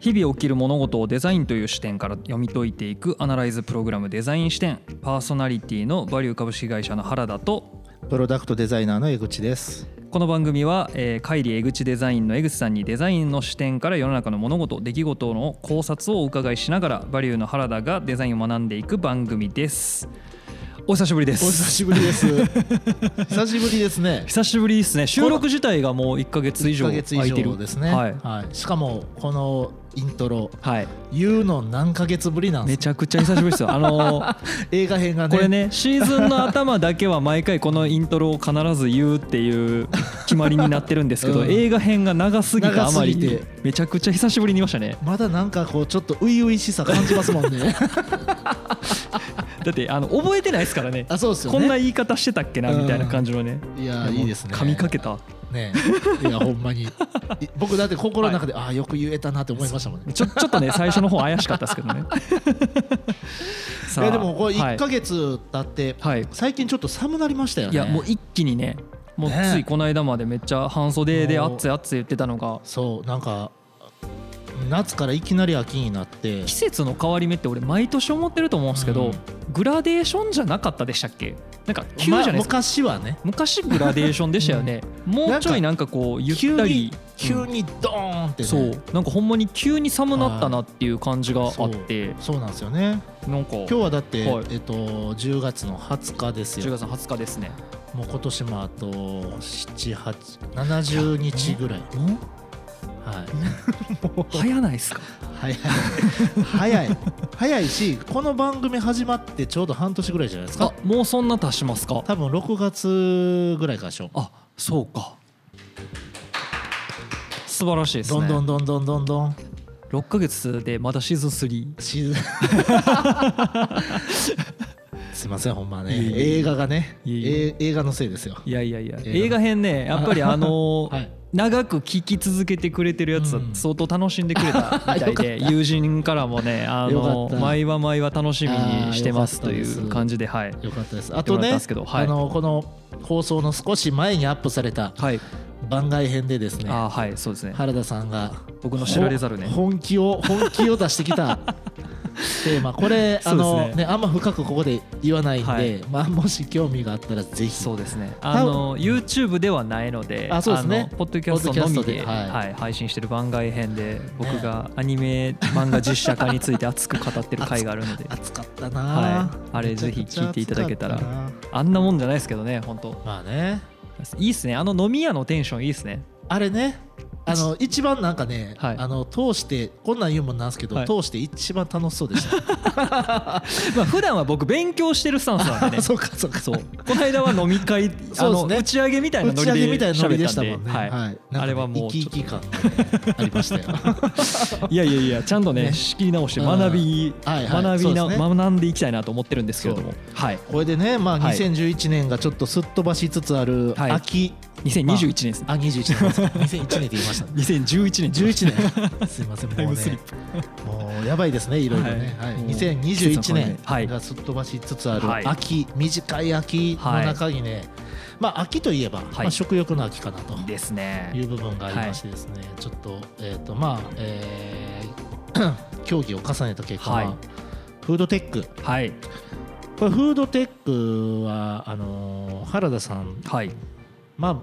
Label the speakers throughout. Speaker 1: 日々起きる物事をデザインという視点から読み解いていくアナライズプログラムデザイン視点パーソナリティのバリュー株式会社の原田と
Speaker 2: プロダクトデザイナーの江口です。
Speaker 1: この番組は、えー、海里江口デザインの江口さんにデザインの視点から世の中の物事出来事の考察をお伺いしながらバリューの原田がデザインを学んでいく番組です お久しぶりで
Speaker 2: お久
Speaker 1: す
Speaker 2: しぶりです。 久しぶりですね。
Speaker 1: 久しぶりですね収録自体がもう1ヶ月以上
Speaker 2: 1ヶ
Speaker 1: 空い
Speaker 2: 月
Speaker 1: て
Speaker 2: 以
Speaker 1: る
Speaker 2: 上ですね。
Speaker 1: はい
Speaker 2: はい。しかもこのイントロ
Speaker 1: はい
Speaker 2: 言うの何ヶ月ぶりなんで
Speaker 1: め
Speaker 2: す
Speaker 1: ちゃくちゃ久しぶりですよあのー
Speaker 2: 映画編がね。
Speaker 1: これねシーズンの頭だけは毎回このイントロを必ず言うっていう決まりになってるんですけど、
Speaker 2: うん
Speaker 1: 映画編が長すぎたあまり
Speaker 2: 長すぎて
Speaker 1: めちゃくちゃ久しぶりに見ましたね
Speaker 2: まだなんかこうちょっと初々しさ感じますもん ね。
Speaker 1: だってあの覚えてないですからね
Speaker 2: あそうですよね。
Speaker 1: こんな言い方してたっけなみたいな感じのね、
Speaker 2: いや
Speaker 1: もう
Speaker 2: いいですね。
Speaker 1: 噛みかけた
Speaker 2: ね。いやほんまに。い僕だって心の中でああよく言えたなって思いましたもんね。
Speaker 1: ちょちょっとね最初の方怪しかったですけ どね
Speaker 2: い
Speaker 1: さあ
Speaker 2: やでもこれ1ヶ
Speaker 1: はい
Speaker 2: 月経って
Speaker 1: はい
Speaker 2: 最近ちょっと寒なりましたよね。
Speaker 1: いやもう一気にねもう
Speaker 2: ね
Speaker 1: ついこの間までめっちゃ半袖で
Speaker 2: もう
Speaker 1: 暑い暑い言ってたのが
Speaker 2: そうなんか夏からいきなり秋になって
Speaker 1: 季節の変わり目って俺毎年思ってると思うんですけど、
Speaker 2: うん
Speaker 1: グラデーションじゃなかったでしたっけなんか急じゃ
Speaker 2: ま
Speaker 1: な
Speaker 2: あ
Speaker 1: いですか、
Speaker 2: 昔はね
Speaker 1: 昔グラデーションでしたよね、 もうちょいなんかこうゆ
Speaker 2: 急
Speaker 1: った
Speaker 2: に
Speaker 1: り
Speaker 2: 急
Speaker 1: うん
Speaker 2: にドーンってね
Speaker 1: そうなんかほんまに急に寒なったなっていう感じがあって
Speaker 2: そうなんですよね
Speaker 1: なんか今
Speaker 2: 今日はだって、
Speaker 1: はい
Speaker 2: えっと、10月の20日です
Speaker 1: 10
Speaker 2: よ
Speaker 1: 月20日ですね
Speaker 2: もう今年もあと7870日ぐらい
Speaker 1: も
Speaker 2: は
Speaker 1: う早ないですか
Speaker 2: い、早い早い早いしこの番組始まってちょうど半年ぐらいじゃないです
Speaker 1: あ
Speaker 2: か
Speaker 1: もうそんな足しますか
Speaker 2: 多分6月ぐらいからでしょ
Speaker 1: あそうか素晴らしいです
Speaker 2: どん
Speaker 1: ね
Speaker 2: どんどんどんどんどん
Speaker 1: 6ヶ月でまだシーズン3
Speaker 2: シ ーズンすいませんほんまね
Speaker 1: いえいえ
Speaker 2: 映画がね
Speaker 1: いえいえ
Speaker 2: え映画のせいですよ
Speaker 1: いやいやいや
Speaker 2: 映画
Speaker 1: 映画編ねやっぱりあのー
Speaker 2: はい
Speaker 1: 長く聴き続けてくれてるやつは
Speaker 2: うん
Speaker 1: 相当楽しんでくれたみ たいで友人からもねあ
Speaker 2: よ
Speaker 1: の
Speaker 2: か
Speaker 1: ー
Speaker 2: った
Speaker 1: 毎は毎は楽しみにしてます
Speaker 2: あー
Speaker 1: とい
Speaker 2: よかった
Speaker 1: う
Speaker 2: です
Speaker 1: 感じではい
Speaker 2: よかったですあ
Speaker 1: っても
Speaker 2: と
Speaker 1: らったん
Speaker 2: ね
Speaker 1: ですけどはい
Speaker 2: あのこの放送の少し前にアップされた
Speaker 1: はい
Speaker 2: 番外編でですね
Speaker 1: あーはいそうですね
Speaker 2: 原田さんが
Speaker 1: 僕の知られざるね
Speaker 2: ほ本気を本気を出してき たテーマこれあ
Speaker 1: そう
Speaker 2: の
Speaker 1: ですね
Speaker 2: ねあんま深くここで言わないん
Speaker 1: はい
Speaker 2: でまあもし興味があったらぜひ
Speaker 1: そうですねあのー YouTube ではないので
Speaker 2: あそうですね
Speaker 1: あのポッドキャストのみ
Speaker 2: ポッドキャ
Speaker 1: で
Speaker 2: ストではい
Speaker 1: はい配信してる番外編で僕がアニメ漫画実写化について熱く語ってる回があるので
Speaker 2: 熱かったな
Speaker 1: はいあれ
Speaker 2: めちゃくちゃ
Speaker 1: ぜひ聞いていただけたら
Speaker 2: 熱かっ
Speaker 1: あんなもんじゃないですけどね本当
Speaker 2: たなまあね
Speaker 1: いいっすねあの飲み屋のテンションいいっすね
Speaker 2: あれねあの一番なんかね、
Speaker 1: はい
Speaker 2: あの通してこんなん言うもんなんですけど、
Speaker 1: はい
Speaker 2: 通して一番楽しそうでした
Speaker 1: まあ普段は僕勉強してるスタンスなんで ね
Speaker 2: そうかそうか
Speaker 1: そうこの間は飲み会、あ
Speaker 2: そうです
Speaker 1: の
Speaker 2: ね
Speaker 1: 打ち上げみたいな
Speaker 2: 打
Speaker 1: ノ
Speaker 2: ち上
Speaker 1: リ
Speaker 2: げ
Speaker 1: で
Speaker 2: みたいなノリ
Speaker 1: 喋
Speaker 2: で
Speaker 1: っ
Speaker 2: したた
Speaker 1: んで
Speaker 2: もんね、
Speaker 1: はい
Speaker 2: なんかね
Speaker 1: あれはもう
Speaker 2: 生き
Speaker 1: ちょ
Speaker 2: 生き感がねありましたよ
Speaker 1: いやいやいやちゃんとね
Speaker 2: ね
Speaker 1: 仕切り直して学び、
Speaker 2: うんはいはい
Speaker 1: 学びな、
Speaker 2: そうです
Speaker 1: 学んでいきたいなと思ってるんですけれどもはい
Speaker 2: これでねまあ
Speaker 1: はい
Speaker 2: 2011年がちょっとすっ飛ばしつつある
Speaker 1: はい
Speaker 2: 秋、
Speaker 1: 2021年ですね
Speaker 2: あ21年です2001年って言いました
Speaker 1: 2011年
Speaker 2: 11年すいませ ん
Speaker 1: タイ
Speaker 2: もう
Speaker 1: ムスリ
Speaker 2: ね
Speaker 1: ップ
Speaker 2: もうやばいですねいろいろね、
Speaker 1: は
Speaker 2: はいい
Speaker 1: もう
Speaker 2: 2021
Speaker 1: はい
Speaker 2: 年がすっ飛ばしつつあ
Speaker 1: はい
Speaker 2: る秋、短い秋の中にね、まあ秋といえば、まあ食欲の秋かなと
Speaker 1: です
Speaker 2: い
Speaker 1: ね
Speaker 2: う部分がありましてですね、ちょっと,、えーとまあえー 競技を重ねた結果、は
Speaker 1: はい
Speaker 2: フードテック
Speaker 1: はい
Speaker 2: これフードテックはあのー原田さん、
Speaker 1: はい
Speaker 2: まあ、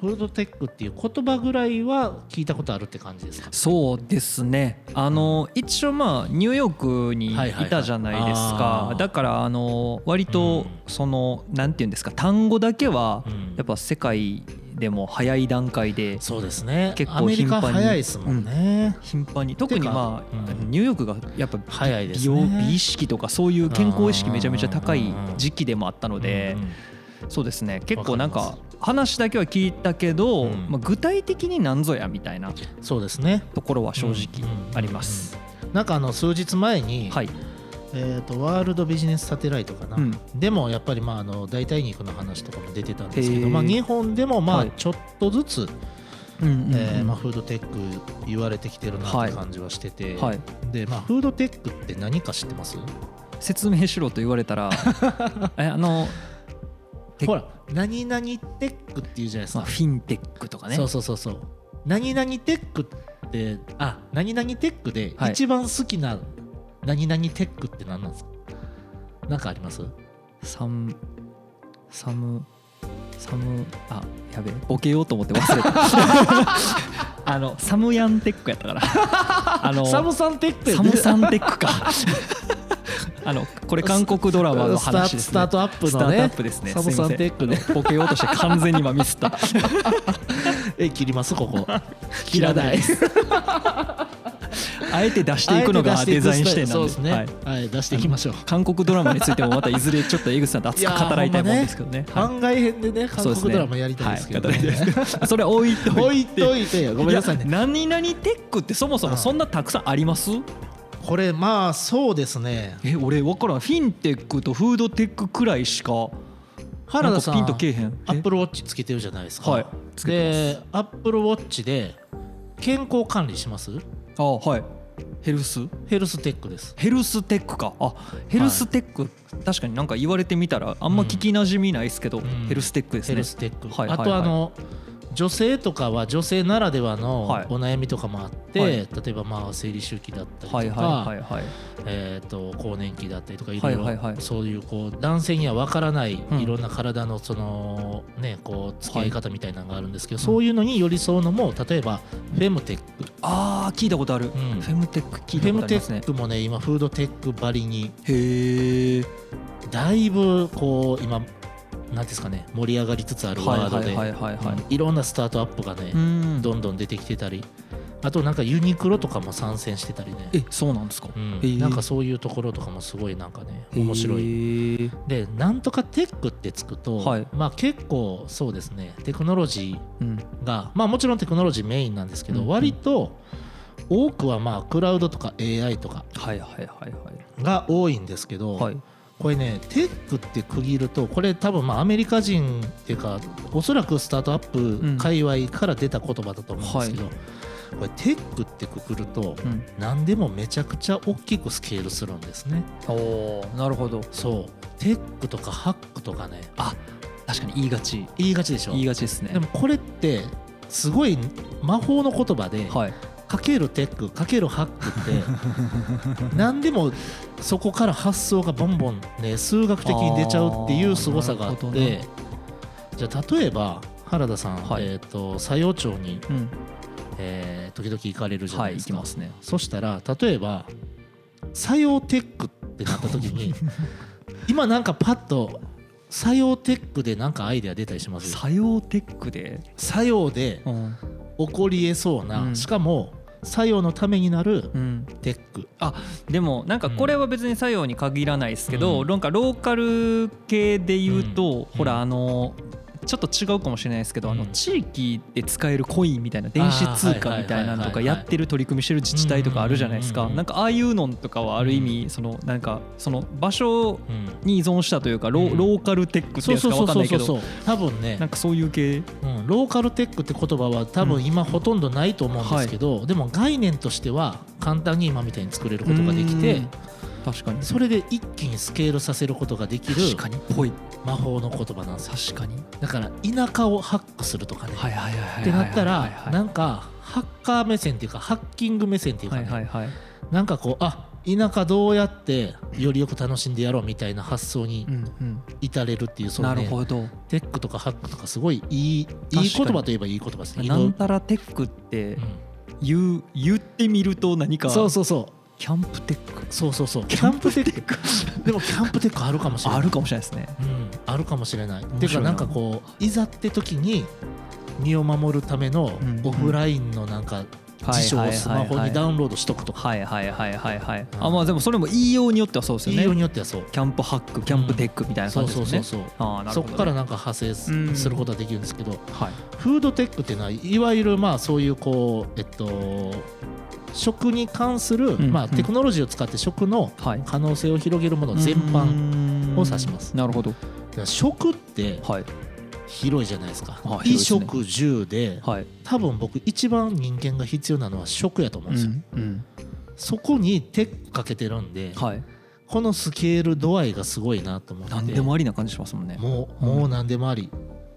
Speaker 2: フードテックっていう言葉ぐらいは聞いたことあるって感じですか
Speaker 1: そうですねあの一応まあニューヨークに
Speaker 2: はいはいはい
Speaker 1: いたじゃないです
Speaker 2: あ
Speaker 1: か
Speaker 2: ー
Speaker 1: だからあの割
Speaker 2: う
Speaker 1: と
Speaker 2: ん
Speaker 1: そのなんて言うんですか単語だけは
Speaker 2: うん
Speaker 1: やっぱ世界でも早い段階で
Speaker 2: そうですね
Speaker 1: 結構
Speaker 2: アメリ
Speaker 1: 頻
Speaker 2: カ
Speaker 1: 繁に
Speaker 2: 早いですもんね、
Speaker 1: 頻繁に特に
Speaker 2: てか
Speaker 1: まあ
Speaker 2: うん
Speaker 1: ニューヨークがやっぱ
Speaker 2: 早いで
Speaker 1: 美
Speaker 2: す
Speaker 1: 容
Speaker 2: ね
Speaker 1: 美意識とかそういう健康意識めちゃめちゃ高い時期でもあったので
Speaker 2: うんうん
Speaker 1: そうですね結構なん
Speaker 2: わか
Speaker 1: か
Speaker 2: り
Speaker 1: 話だけは聞いたけど、
Speaker 2: うん
Speaker 1: まあ、具体的になんぞやみたいな
Speaker 2: そうですね
Speaker 1: ところは正直あります。
Speaker 2: なんかあの数日前に、
Speaker 1: はい、
Speaker 2: えー、とワールドビジネスサテライトかな、
Speaker 1: うん
Speaker 2: でもやっぱりまああの代替肉の話とかも出てたんですけ
Speaker 1: へー
Speaker 2: ど、まあ、日本でもま
Speaker 1: は
Speaker 2: あ
Speaker 1: い
Speaker 2: ちょっとずつ、
Speaker 1: うんうんうん
Speaker 2: えーまあ、フードテック言われてきてるなっ
Speaker 1: はい
Speaker 2: て感じはしてて、
Speaker 1: はい、
Speaker 2: でまあ、フードテックって何か知ってます
Speaker 1: 説明しろと言われ たらえあの、テック
Speaker 2: ほら何々テックっていうじゃないです
Speaker 1: まあ、
Speaker 2: か、
Speaker 1: フィンテックとかね
Speaker 2: そうそうそうそう何々テックっってあ何々テックで
Speaker 1: はい
Speaker 2: 一番好きな何々テックって何なんですか、なんかあります
Speaker 1: サムサムサムあやべえボケようと思って忘れ たあのサムヤンテックやったからあの
Speaker 2: サムさんテック
Speaker 1: サム サンテックかあのこれ韓国ドラマの話です、ね、
Speaker 2: スタートアップ
Speaker 1: スタ
Speaker 2: の
Speaker 1: ートア
Speaker 2: ね
Speaker 1: ップですね
Speaker 2: サムさんテックの
Speaker 1: すいませんボケようとして完全に今ミスった
Speaker 2: え切りますここ
Speaker 1: 切らない
Speaker 2: 切ら
Speaker 1: あえて出していくのが
Speaker 2: あえ
Speaker 1: デ
Speaker 2: 出
Speaker 1: ザ
Speaker 2: し
Speaker 1: イ
Speaker 2: い
Speaker 1: ン
Speaker 2: く
Speaker 1: 視
Speaker 2: スタイ
Speaker 1: 点なん
Speaker 2: ルそ
Speaker 1: で
Speaker 2: うですね
Speaker 1: はい、
Speaker 2: はい出していきましょう
Speaker 1: 韓国ドラマについてもまたいずれちょっと江口さんと熱く語らいたいもんですけどねはい
Speaker 2: 番外編でね韓
Speaker 1: そうです
Speaker 2: 国
Speaker 1: ね
Speaker 2: ドラマやりたいですけどね
Speaker 1: はい語りたいですそれは置いといて
Speaker 2: 置いといてごめんなさいね
Speaker 1: や何々テックってそもそもそんなたくさんあります、
Speaker 2: これまあそうですね
Speaker 1: え俺分からんフィンテックとフードテックくらいしか
Speaker 2: 原田さん
Speaker 1: なんかピンとけえへん
Speaker 2: アップルウォッチつけてるじゃないですか、
Speaker 1: はいつけて
Speaker 2: でアップルウォッチで健康管理します
Speaker 1: あはいヘルス
Speaker 2: ヘルステックです
Speaker 1: ヘルステックかあヘルステック、確かになんか言われてみたらあんま聞きなじみないですけど、
Speaker 2: ん
Speaker 1: ヘルステックですね
Speaker 2: ヘルステック、
Speaker 1: はい
Speaker 2: あ
Speaker 1: はい
Speaker 2: と
Speaker 1: は
Speaker 2: あ
Speaker 1: い
Speaker 2: の、女性とかは女性ならではの
Speaker 1: はい
Speaker 2: お悩みとかもあって、
Speaker 1: はい
Speaker 2: 例えばまあ生理周期だったりとか、
Speaker 1: はいはいはいはい
Speaker 2: えー、と更年期だったりとかいろいろ、
Speaker 1: はいはいはい
Speaker 2: そういうこう男性には分からない
Speaker 1: うん
Speaker 2: いろんな体のその、ね、こう付き合い方みたいなのがあるんですけど、そういうのに寄り添うのも例えばフェムテック
Speaker 1: あー聞いたことある、
Speaker 2: ん
Speaker 1: フェムテック聞い
Speaker 2: フ
Speaker 1: た
Speaker 2: ェ
Speaker 1: こと
Speaker 2: ム
Speaker 1: あ
Speaker 2: テ
Speaker 1: りますね
Speaker 2: ックもね今フードテックばりに
Speaker 1: へえ
Speaker 2: だいぶこう今なんですかね盛り上がりつつある
Speaker 1: はい
Speaker 2: ワード
Speaker 1: はい
Speaker 2: で
Speaker 1: はいはいはい
Speaker 2: うんいろんなスタートアップがね、
Speaker 1: うん
Speaker 2: どんどん出てきてたりあとなんかユニクロとかも参戦してたりね、
Speaker 1: えそうなんですか、
Speaker 2: うん
Speaker 1: へー
Speaker 2: なんかそういうところとかもすごいなんかね
Speaker 1: へー
Speaker 2: 面白いでなんとかテックってつくと、
Speaker 1: はい
Speaker 2: まあ結構そうですねテクノロジ
Speaker 1: うん
Speaker 2: ーがまあもちろんテクノロジーメインなんですけど、
Speaker 1: うん
Speaker 2: 割と多くはまあクラウドとか AI とか
Speaker 1: はいはいはい
Speaker 2: が多いんですけど、
Speaker 1: はいはい
Speaker 2: これねテックって区切るとこれ多分まあアメリカ人っていうかおそらくスタートアッ
Speaker 1: ん
Speaker 2: プ界隈から出た言葉だと思うんですけど、これテックってくくると
Speaker 1: うん
Speaker 2: 何でもめちゃくちゃ大きくスケールするんですね
Speaker 1: おーなるほど
Speaker 2: そうテックとかハックとかね
Speaker 1: あ確かに言いがち
Speaker 2: 言いがちでしょ
Speaker 1: 言いがちですね
Speaker 2: でもこれってすごい魔法の言葉で、
Speaker 1: はい
Speaker 2: かけるテックかけるハックって 何でもそこから発想がボンボンね数学的に出ちゃうっていう凄さがあっ
Speaker 1: あーなる
Speaker 2: てじゃあ例えば原田さん、
Speaker 1: はい
Speaker 2: えー、と佐用町に、
Speaker 1: うん
Speaker 2: えー時々行かれるじゃな
Speaker 1: はいい
Speaker 2: で
Speaker 1: 行
Speaker 2: す
Speaker 1: き
Speaker 2: か、
Speaker 1: ますね
Speaker 2: そしたら例えば佐用テックってなった時 に今なんかパッと佐用テックでなんかアイデア出たりします
Speaker 1: 作用テックで、
Speaker 2: 作用で
Speaker 1: うん
Speaker 2: 起こりえそうな、
Speaker 1: うん
Speaker 2: しかも作用のためになる
Speaker 1: うん、
Speaker 2: テック
Speaker 1: でもなんかこれは別に作用に限らないですけど、
Speaker 2: うん
Speaker 1: なんかローカル系で言うと、
Speaker 2: うん
Speaker 1: ほらあのちょっと違うかもしれないですけど、あの
Speaker 2: うん
Speaker 1: 地域で使えるコインみたいな電子通貨みたいなのと
Speaker 2: あーはいはいはいは
Speaker 1: か
Speaker 2: い
Speaker 1: やってる取り組みしてる自治体とかあるじゃないです
Speaker 2: うんう
Speaker 1: か
Speaker 2: んうんうん
Speaker 1: なんかああいうのとかはある意味そのなんかその場所に依存したというかロ,、
Speaker 2: うん
Speaker 1: ローカルテックって
Speaker 2: そ
Speaker 1: や
Speaker 2: う
Speaker 1: つか
Speaker 2: そう
Speaker 1: 分か
Speaker 2: そう
Speaker 1: ん
Speaker 2: そ
Speaker 1: な
Speaker 2: う
Speaker 1: いけど
Speaker 2: そう多分ね
Speaker 1: なんかそういう系
Speaker 2: うん、ローカルテックって言葉は多分今ほとんどないと思うんですけど、でも概念としては簡単に今みたいに作れることができ
Speaker 1: う
Speaker 2: て
Speaker 1: ん確かに
Speaker 2: それで一気にスケールさせることができる
Speaker 1: 確かにぽい
Speaker 2: 魔法の言葉なんですよ
Speaker 1: 確かに
Speaker 2: だから田舎をハックするとかね、
Speaker 1: はいはいはいはい
Speaker 2: ってなっ
Speaker 1: はいはい
Speaker 2: たら
Speaker 1: はい
Speaker 2: なんかハッカー目線っていうかハッキング目線っていうか
Speaker 1: は
Speaker 2: ね、
Speaker 1: いはいはい
Speaker 2: なんかこうあ田舎どうやってよりよく楽しんでやろうみたいな発想に
Speaker 1: うんうん
Speaker 2: 至れるっていう、そ
Speaker 1: な
Speaker 2: う
Speaker 1: る
Speaker 2: ね
Speaker 1: ほど
Speaker 2: テックとかハックとかすごいいいいい言
Speaker 1: に
Speaker 2: 葉といえばいい言葉ですね。
Speaker 1: なんたらテックって
Speaker 2: うん
Speaker 1: 言う、言ってみると何か
Speaker 2: そうそうそう
Speaker 1: キャンプテック
Speaker 2: そうそうそうキャンプテックでもキャンプテックあるかもしれない
Speaker 1: あるかもしれないですね
Speaker 2: うん、あるかもしれない
Speaker 1: 白いな
Speaker 2: ていうかなんかこういざって時に身を守るための
Speaker 1: うん
Speaker 2: オフラインのなんか辞書をスマホにダ
Speaker 1: ウン
Speaker 2: ウンロードしとくとか
Speaker 1: はいはいはいはいはい
Speaker 2: うん
Speaker 1: あまあでもそれも言いようによってはそうです
Speaker 2: 言いよ
Speaker 1: よ
Speaker 2: う
Speaker 1: ね
Speaker 2: によってはそう
Speaker 1: キャンプハックキャンプテックみたいな感
Speaker 2: そう
Speaker 1: じ
Speaker 2: そう
Speaker 1: です
Speaker 2: そう
Speaker 1: ね
Speaker 2: そう
Speaker 1: ああなる
Speaker 2: そ
Speaker 1: ほ
Speaker 2: こ
Speaker 1: ど
Speaker 2: からなんか派生す
Speaker 1: うん
Speaker 2: することはできるんですけど
Speaker 1: はい
Speaker 2: フードテックっていうのはいわゆるまあそういうこうえっと食に関する
Speaker 1: んう
Speaker 2: まあ
Speaker 1: ん
Speaker 2: テクノロジーを使って食の
Speaker 1: はい
Speaker 2: 可能性を広げるもの全般
Speaker 1: 般
Speaker 2: を指します
Speaker 1: なるほど
Speaker 2: だから食って
Speaker 1: はい
Speaker 2: 広いじゃないですか
Speaker 1: あ
Speaker 2: 衣
Speaker 1: 広いですね
Speaker 2: 食住で
Speaker 1: はい
Speaker 2: 多分僕一番人間が必要なのは食やと思うんですよ、
Speaker 1: うん
Speaker 2: そこに手かけてるんで、
Speaker 1: はい
Speaker 2: このスケール度合いがすごいなと思って
Speaker 1: 何でもありな感じしますもんね
Speaker 2: もう
Speaker 1: うん
Speaker 2: もう何でもあり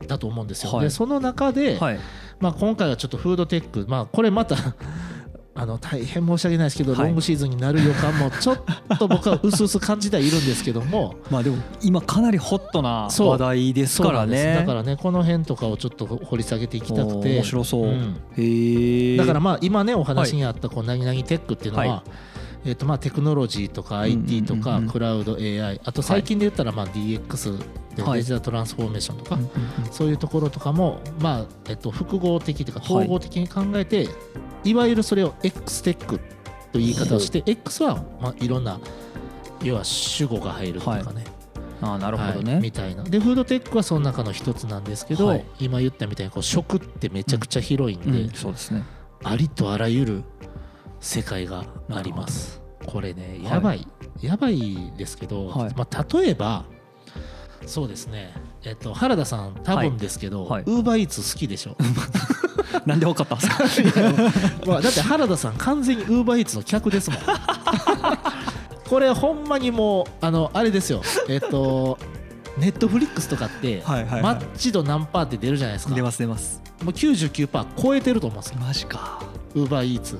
Speaker 2: だと思うんですよ、
Speaker 1: はい
Speaker 2: でその中で、
Speaker 1: はい
Speaker 2: まあ、今回はちょっとフードテック、まあ、これまた あの大変申し訳ないですけど、
Speaker 1: はい
Speaker 2: ロングシーズンになる予感もちょっと僕は薄々感じてはいるんですけども
Speaker 1: まあでも今かなりホットな
Speaker 2: そう
Speaker 1: 話題 です
Speaker 2: そう
Speaker 1: か
Speaker 2: な
Speaker 1: ら
Speaker 2: んです
Speaker 1: ね。
Speaker 2: だからねこの辺とかをちょっと掘り下げていきたくて
Speaker 1: 面白そう。
Speaker 2: ん
Speaker 1: へえ。
Speaker 2: だからまあ今ねお話にあったこうなぎなぎテックっていうのは、
Speaker 1: は
Speaker 2: えっとまあテクノロジーとか IT と
Speaker 1: うんうん
Speaker 2: か
Speaker 1: うんうん
Speaker 2: クラウド AI あと最近で言ったらまあ DX で
Speaker 1: はい
Speaker 2: デジタルトランスフォーメーションとか、
Speaker 1: うんうん
Speaker 2: そういうところとかもまあえっと複合的というか
Speaker 1: はい
Speaker 2: 統合的に考えて、い、わゆるそれを X テックという言い方をして X はまあいろんな要は主語が入るとかね、
Speaker 1: うん、ああなるほどね。
Speaker 2: はいみたいなでフードテックはその中の一つなんですけど、
Speaker 1: はい
Speaker 2: 今言ったみたいにこう食ってめちゃくちゃ広いんで、
Speaker 1: うん、そうですね。
Speaker 2: ありとあらゆる世界があります。これね、やばい、やばいですけど、
Speaker 1: はい
Speaker 2: まあ、例えば、そうですね、えっと、原田さん、多
Speaker 1: はい
Speaker 2: 分ですけど、
Speaker 1: はい
Speaker 2: ウーバーイーツ好き でしょ。
Speaker 1: なんでわかったんですか。
Speaker 2: まあ、だって原田さん、完全にウーバーイーツの客で すもん。これ、ほんまにもう、あの、あれですよ、えっと、ネットフリックスとかって、
Speaker 1: はいはいはい
Speaker 2: マッチ度何パーって出るじゃないですか、
Speaker 1: 出
Speaker 2: も
Speaker 1: ます出ます。
Speaker 2: う99%超えてると思うんですよ、
Speaker 1: マジか。
Speaker 2: ウーバーイーツ。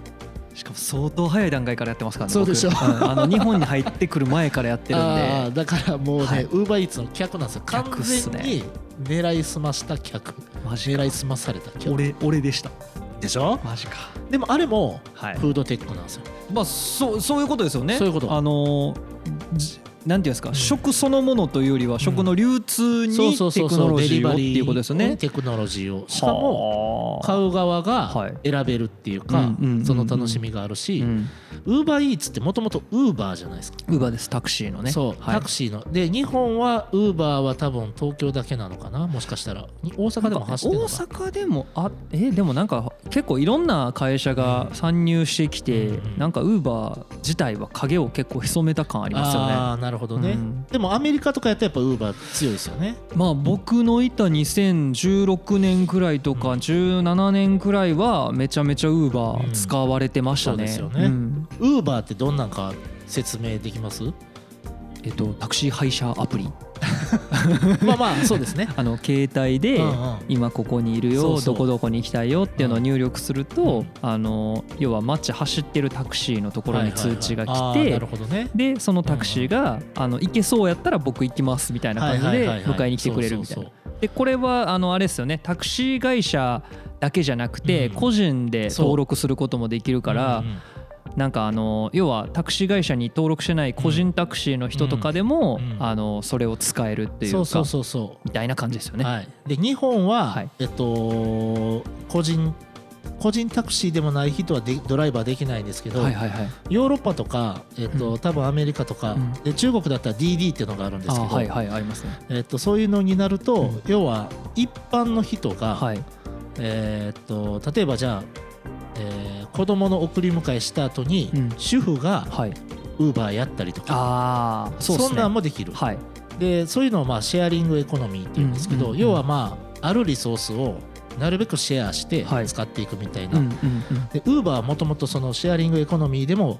Speaker 1: しかも相当早い段階からやってますからね。
Speaker 2: そうでしょ
Speaker 1: 僕うんあの日本に入ってくる前からやってるん
Speaker 2: あ
Speaker 1: で。
Speaker 2: ーだからもうね、
Speaker 1: はい
Speaker 2: ウーバーイーツの客なんですよ完
Speaker 1: 客っす
Speaker 2: 全
Speaker 1: ね
Speaker 2: に狙いすました客
Speaker 1: マジか
Speaker 2: 狙いすまされた客
Speaker 1: 俺俺でした。
Speaker 2: でしょ
Speaker 1: マジか。
Speaker 2: でもあれも
Speaker 1: はい。
Speaker 2: フードテックなんですよ、
Speaker 1: まあそうそういうことですよね。
Speaker 2: そういうこと
Speaker 1: あのーじなんていうんですか、
Speaker 2: うん
Speaker 1: 食そのものというよりは食の流通に
Speaker 2: そう
Speaker 1: テ
Speaker 2: そうそう
Speaker 1: ク
Speaker 2: そ
Speaker 1: ノ
Speaker 2: う
Speaker 1: ロ
Speaker 2: デ
Speaker 1: ジ
Speaker 2: リ
Speaker 1: ーをっ
Speaker 2: バ
Speaker 1: て
Speaker 2: リー
Speaker 1: いうことですよね
Speaker 2: に。テクノロジーをし
Speaker 1: し
Speaker 2: かも買う側が
Speaker 1: はい
Speaker 2: 選べるっていうか、
Speaker 1: うんうんうんうん
Speaker 2: その楽しみがあるし、ウーバーイーツってもともとウーバーじゃないですか、
Speaker 1: ウーバーですタクシーのね
Speaker 2: そう、
Speaker 1: はい
Speaker 2: タクシーので日本はウーバーは多分東京だけなのかなもしかしたらに大阪でも走ってる
Speaker 1: 大
Speaker 2: のかな
Speaker 1: 阪でもあえでもなんか結構いろんな会社が参入してきて、
Speaker 2: うんうん
Speaker 1: なんかウーバー自体は影を結構潜めた感ありますよね
Speaker 2: ああーなるほどね、
Speaker 1: うん
Speaker 2: でもアメリカとかやったらやっぱウーバー強いですよね
Speaker 1: まあ僕のいた2016年くらいとか
Speaker 2: うん
Speaker 1: 17年くらいはめちゃめちゃウーバ
Speaker 2: う
Speaker 1: ー
Speaker 2: ん
Speaker 1: 使われてましたね,、
Speaker 2: そうですよね
Speaker 1: ん
Speaker 2: ウーバーってどんなんか説明できます
Speaker 1: えっとタクシー配車アプリ
Speaker 2: まあまあそうですね
Speaker 1: あの携帯で、
Speaker 2: うんうん
Speaker 1: 今ここにいるよ
Speaker 2: そうそう
Speaker 1: どこどこに行きたいよっていうのを入力すると、
Speaker 2: うん
Speaker 1: あの要は街走ってるタクシーのところに通知が来て、
Speaker 2: はいはいはいあーなるほどね
Speaker 1: でそのタクシーが、あの行けそうやったら僕行きますみたいな感じ
Speaker 2: は
Speaker 1: で
Speaker 2: いはいはいはい
Speaker 1: 迎えに来てくれるみたい
Speaker 2: そう
Speaker 1: な
Speaker 2: そう。
Speaker 1: でこれはあのあれですよねタクシー会社だけじゃなくて
Speaker 2: うん
Speaker 1: 個人で
Speaker 2: そう
Speaker 1: 登録することもできる
Speaker 2: そう
Speaker 1: から
Speaker 2: うんうん
Speaker 1: なんかあの要はタクシー会社に登録してない個人タクシーの人とかでも
Speaker 2: うんうん
Speaker 1: あのそれを使えるってい
Speaker 2: そううそ
Speaker 1: か
Speaker 2: うそうそ
Speaker 1: みたいな感じですよ
Speaker 2: う、
Speaker 1: ね。
Speaker 2: はい、で日本は、
Speaker 1: はい
Speaker 2: えっと個人個人タクシーでもない人はでドライバーできないんですけど、
Speaker 1: はいはいはい。
Speaker 2: ヨーロッパとか、えっと
Speaker 1: う
Speaker 2: 多分アメリカとか、
Speaker 1: うん
Speaker 2: で中国だったら DD っていうのがあるんで
Speaker 1: あ
Speaker 2: すけど
Speaker 1: はいはいありますね。
Speaker 2: えっとそういうのになると、
Speaker 1: うん
Speaker 2: 要は一般の人が、
Speaker 1: はい。
Speaker 2: えーっと例えばじゃあ、えー子供の送り迎えした後に、
Speaker 1: うん
Speaker 2: 主婦が
Speaker 1: はい。
Speaker 2: ウーバーやったりとか
Speaker 1: ああ、そうですね。
Speaker 2: そんなんもできる、
Speaker 1: はい。
Speaker 2: でそういうのをまあシェアリングエコノミーっていうんですけ
Speaker 1: う
Speaker 2: ど、
Speaker 1: んうんうん
Speaker 2: 要はまああるリソースをなるべくシェアして
Speaker 1: はい
Speaker 2: 使っていくみたいな、
Speaker 1: うんうんうん。
Speaker 2: でウーバーはもともとそのシェアリングエコノミーでも